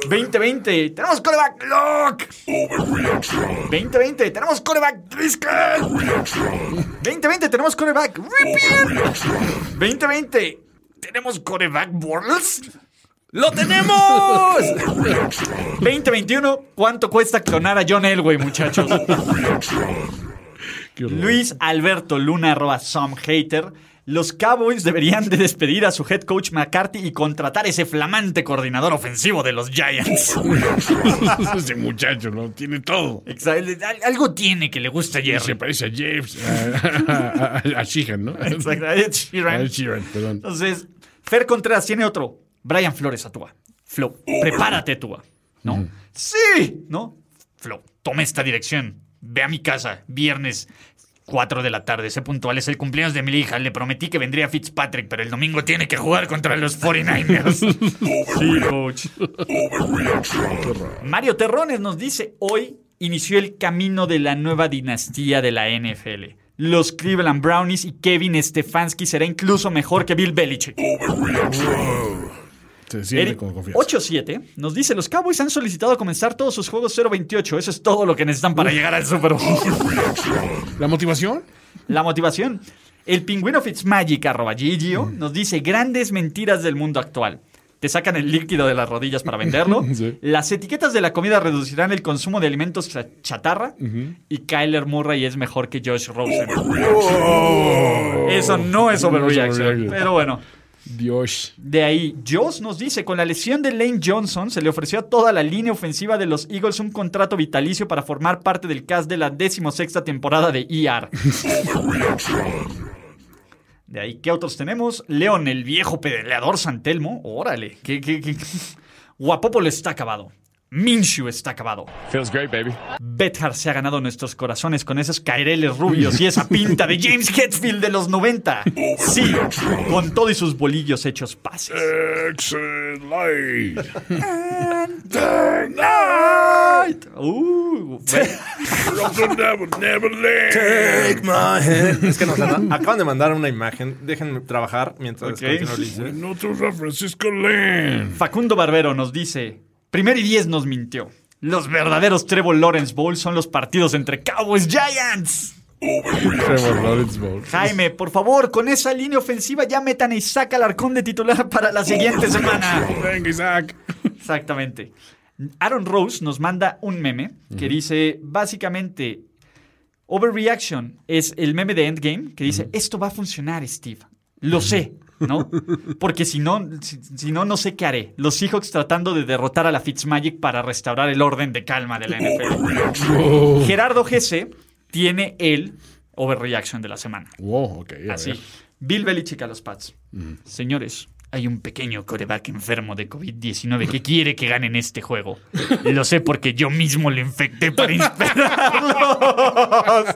2020, tenemos coreback, Locke. 2020, tenemos coreback, Driscoll. 2020, tenemos coreback, Ripien. 2020, tenemos coreback, Bortles.
¡Lo tenemos!
2021, ¿cuánto cuesta clonar a John Elway, muchachos?
Qué horror.
Luis Alberto Luna, arroba some hater. Los Cowboys deberían de despedir a su head coach McCarthy y contratar ese flamante coordinador ofensivo de los Giants.
Ese muchacho, ¿no? Tiene todo.
Exacto, al- Algo tiene que le gusta a
Y se
Jerry.
parece a James, a, a, a- a Sheehan, ¿no?
Exacto, Ed
A
Sheeran.
Ed Sheeran, perdón.
Entonces, Fer Contreras tiene otro. Brian Flores Atúa. Flo, prepárate Atúa. ¿No? Sí, ¿no? Flo, toma esta dirección. Ve a mi casa, viernes. 4 de la tarde, sé puntual, es el cumpleaños de mi hija. Le prometí que vendría Fitzpatrick, pero el domingo tiene que jugar contra los 49ers. sí, coach. Mario Terrones nos dice, hoy inició el camino de la nueva dinastía de la NFL. Los Cleveland Brownies y Kevin Stefanski será incluso mejor que Bill Belichick.
Se siente
Eric,
con confianza.
8-7 nos dice, los Cowboys han solicitado comenzar todos sus juegos 0-28. Eso es todo lo que necesitan para llegar al Super Bowl.
¿La motivación?
La motivación. El pingüino Fitzmagic, arroba Gigio, nos dice grandes mentiras del mundo actual. Te sacan el líquido de las rodillas para venderlo.
Sí.
Las etiquetas de la comida reducirán el consumo de alimentos cha- chatarra. Y Kyler Murray es mejor que Josh Rosen. Eso no es overreaction.
overreaction.
Pero bueno.
Dios.
De ahí, Joss nos dice, con la lesión de Lane Johnson, se le ofreció a toda la línea ofensiva de los Eagles un contrato vitalicio para formar parte del cast de la decimosexta temporada de ER. De ahí, ¿qué otros tenemos? León, el viejo pedaleador Santelmo. Órale, qué, qué, qué. Guapopolo está acabado. Minshu está acabado.
Feels great, baby.
Bethard se ha ganado nuestros corazones con esos caireles rubios y esa pinta de James Hetfield de los 90. Sí, con todo y sus bolillos hechos pases. Uh, bueno,
Take my hand. Es que nos han- acaban de mandar una imagen. Déjenme trabajar mientras
Ok.
continúo, Ulises.
No tú a Francisco Lane.
Facundo Barbero nos dice: Primero y diez nos mintió. Los verdaderos Trevor Lawrence Bowl son los partidos entre Cowboys Giants.
Trevor Lawrence Bowl.
Jaime, por favor, con esa línea ofensiva ya metan a Isaac Alarcón de titular para la siguiente semana.
Venga, Isaac.
Exactamente. Aaron Rose nos manda un meme que dice básicamente Overreaction es el meme de Endgame que dice esto va a funcionar, Steve. Lo sé, ¿no? Porque si no, si, si no, no sé qué haré. Los Seahawks tratando de derrotar a la Fitzmagic para restaurar el orden de calma de la NFL. Gerardo GC tiene el Overreaction de la semana.
Wow, ok. a
Así.
ver.
Bill Belichick a los Pats.
Mm.
Señores, hay un pequeño coreback enfermo de COVID-19 que quiere que ganen este juego. Lo sé porque yo mismo le infecté para inspirarlos.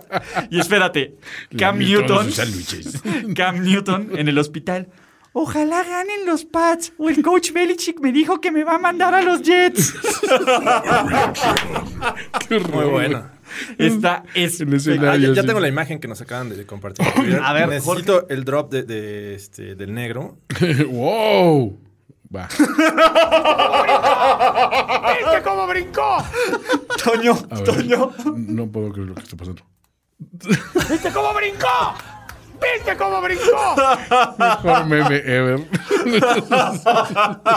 Y espérate, Cam
Lamí todos
Newton.
sus sándwiches.
Cam Newton en el hospital. Ojalá ganen los Pats. O el coach Belichick me dijo que me va a mandar a los Jets.
Muy bueno.
Está
El escenario.
espectacular.
Ah, ya, ya
sí.
tengo la imagen que nos acaban de compartir.
A ver,
necesito el drop de, de, este, del negro.
wow. Va.
¿Viste cómo brincó?
Toño,
A ver.
Toño.
No puedo creer lo que está pasando.
¿Viste cómo brincó? ¿Viste cómo brincó?
Mejor meme ever.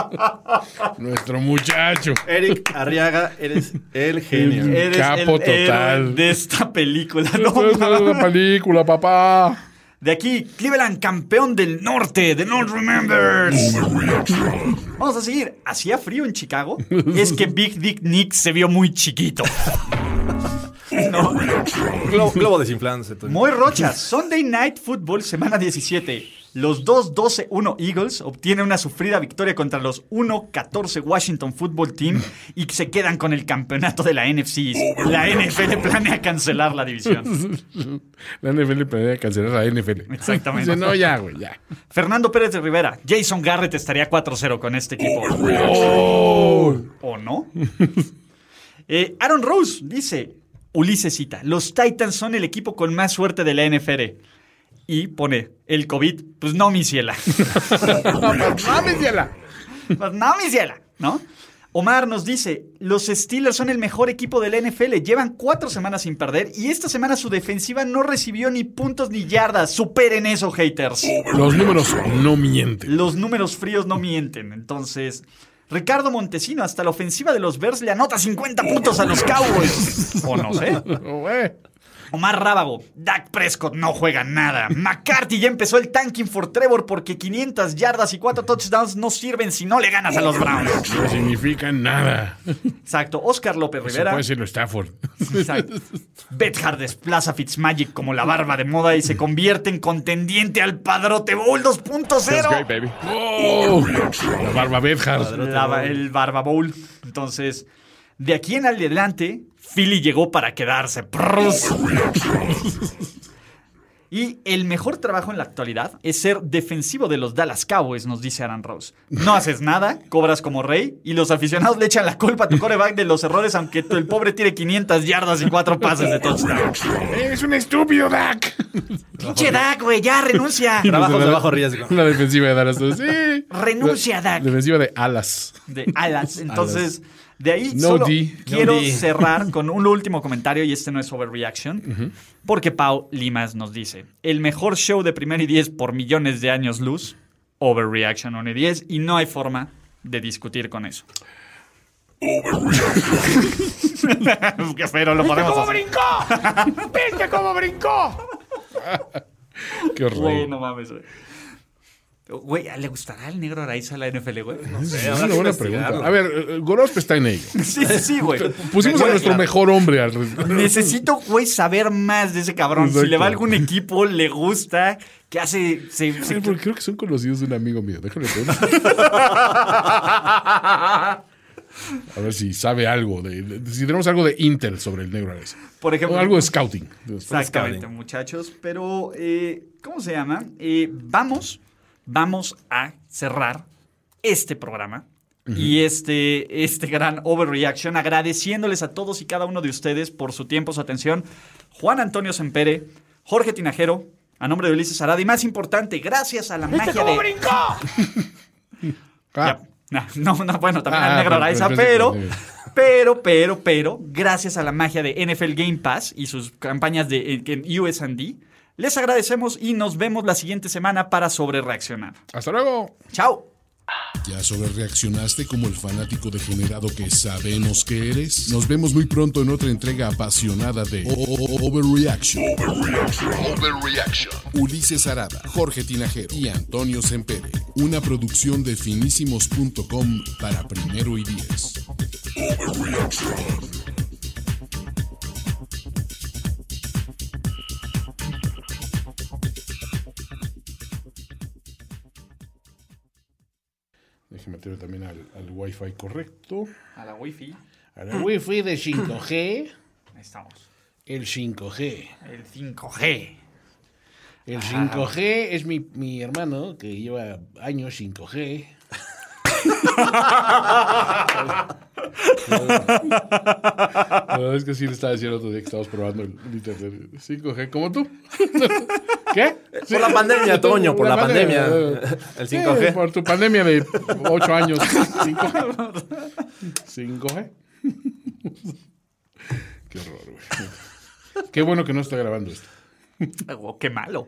Nuestro muchacho.
Eric Arriaga, eres el genio.
El-
Eres
Capo
el héroe
total.
de esta película. No,
Esto es una
mames.
película, papá.
de aquí, Cleveland campeón del norte, de North Remembers. Vamos a seguir. Hacía frío en Chicago. Y es que Big Dick Nick se vio muy chiquito. No.
Globo, globo desinflándose. Toño.
Muy rochas. Sunday Night Football, semana 17. Los 2-12-1 Eagles obtienen una sufrida victoria contra los 1-14 Washington Football Team y se quedan con el campeonato de la NFC. La NFL planea cancelar la división.
La NFL planea cancelar a la NFL.
Exactamente.
Dice, no, ya, güey, ya.
Fernando Pérez de Rivera, Jason Garrett estaría 4-0 con este equipo. ¿O no? Eh, Aaron Rose dice, Ulises cita, los Titans son el equipo con más suerte de la NFL. Y pone, el COVID, pues no, mi ciela.
¡Mames, Yala!
Pues no, mi ciela, ¿no? Omar nos dice, los Steelers son el mejor equipo de la NFL, llevan cuatro semanas sin perder y esta semana su defensiva no recibió ni puntos ni yardas. Superen eso, haters.
Los números no mienten.
Los números fríos no mienten, entonces... Ricardo Montesino, hasta la ofensiva de los Bears le anota 50 puntos a los Cowboys. O no sé.
Güey.
Omar Rábago, Dak Prescott no juega nada. McCarthy ya empezó el tanking for Trevor porque 500 yardas y 4 touchdowns no sirven si no le ganas a los Browns.
No significa nada.
Exacto. Oscar López
Se
Rivera.
puede decirlo Stafford.
Exacto. Bethard desplaza a Fitzmagic como la barba de moda y se convierte en contendiente al Padrote Bowl
Pues,
2.0.
baby. Oh, la barba Bedhard.
La ba- el Barba Bowl. Entonces, de aquí en adelante, Philly llegó para quedarse. Prrrros. Y el mejor trabajo en la actualidad es ser defensivo de los Dallas Cowboys, nos dice Aaron Rose. No haces nada, cobras como rey y los aficionados le echan la culpa a tu coreback de los errores, aunque tú- el pobre tire 500 yardas y cuatro pases de touchdown.
¡Es un estúpido, Dak!
Pinche Dak, güey, ya renuncia.
Trabajos de bajo riesgo.
La defensiva de Dallas. Sí.
Renuncia, Dak.
Defensiva de alas.
de alas. Entonces, de ahí
No
solo
di. No
quiero
di.
cerrar con un último comentario y este no es overreaction, porque Pau Limas nos dice, el mejor show de primer y 10 por millones de años luz, overreaction on 10 y no hay forma de discutir con eso. Qué feo, lo
¿Viste
podemos
cómo
hacer.
brincó? ¿Viste cómo brincó?
Qué horror.
Güey, no mames, güey. Güey, ¿le gustará el negro raíz a la NFL, güey?
es
habrá
una
que
buena
investigarlo.
pregunta. A ver, eh, Gorospe está en ello.
Sí, sí, sí, güey.
Pusimos a
Güey,
nuestro
la-
mejor hombre al respecto.
Necesito, güey, saber más de ese cabrón. Si
Exacto.
le va a algún equipo, le gusta, que hace. se- se-
Porque creo que son conocidos de un amigo mío. Déjame preguntar. A ver si sabe algo. De, de- si tenemos algo de Intel sobre el negro Ares.
Por ejemplo-
O algo de scouting.
Exactamente, muchachos. Pero, eh, ¿cómo se llama? Eh, vamos, vamos a cerrar este programa. Y este, este gran overreaction, agradeciéndoles a todos y cada uno de ustedes por su tiempo, su atención. Juan Antonio Sempere, Jorge Tinajero, a nombre de Ulises Arada, y más importante, gracias a la
¿Viste
magia
cómo
de
brincó?
Ah,
Ya. No, no, no, bueno, también
Ah,
al negro
pero-
Araiza,
pero-
pero, pero, pero, pero, gracias a la magia de NFL Game Pass y sus campañas de en- en USD, les agradecemos y nos vemos la siguiente semana para sobre reaccionar.
hasta luego.
¡Chao!
¿Ya sobre reaccionaste como el fanático degenerado que sabemos que eres? Nos vemos muy pronto en otra entrega apasionada de O- O- O- Overreaction. Ulises Arada, Jorge Tinajero y Antonio Sempere. Una producción de finísimos.com para primero y diez.
Déjeme meter también al, al Wi-Fi correcto.
A la wifi,
A la Wi-Fi de 5G.
ahí estamos.
El 5G.
El 5G.
El 5G es mi, mi hermano que lleva años 5G. No, es que sí le estaba diciendo otro día que estábamos probando el internet 5G, como tú. ¿Qué? Sí. eh.
Por la pandemia, Toño, por la pandemia. El
Sí,
5G.
por tu pandemia de 8 años. 5G. 5G. Qué horror, güey. Qué bueno que no está grabando esto.
Oh, ¡Qué malo!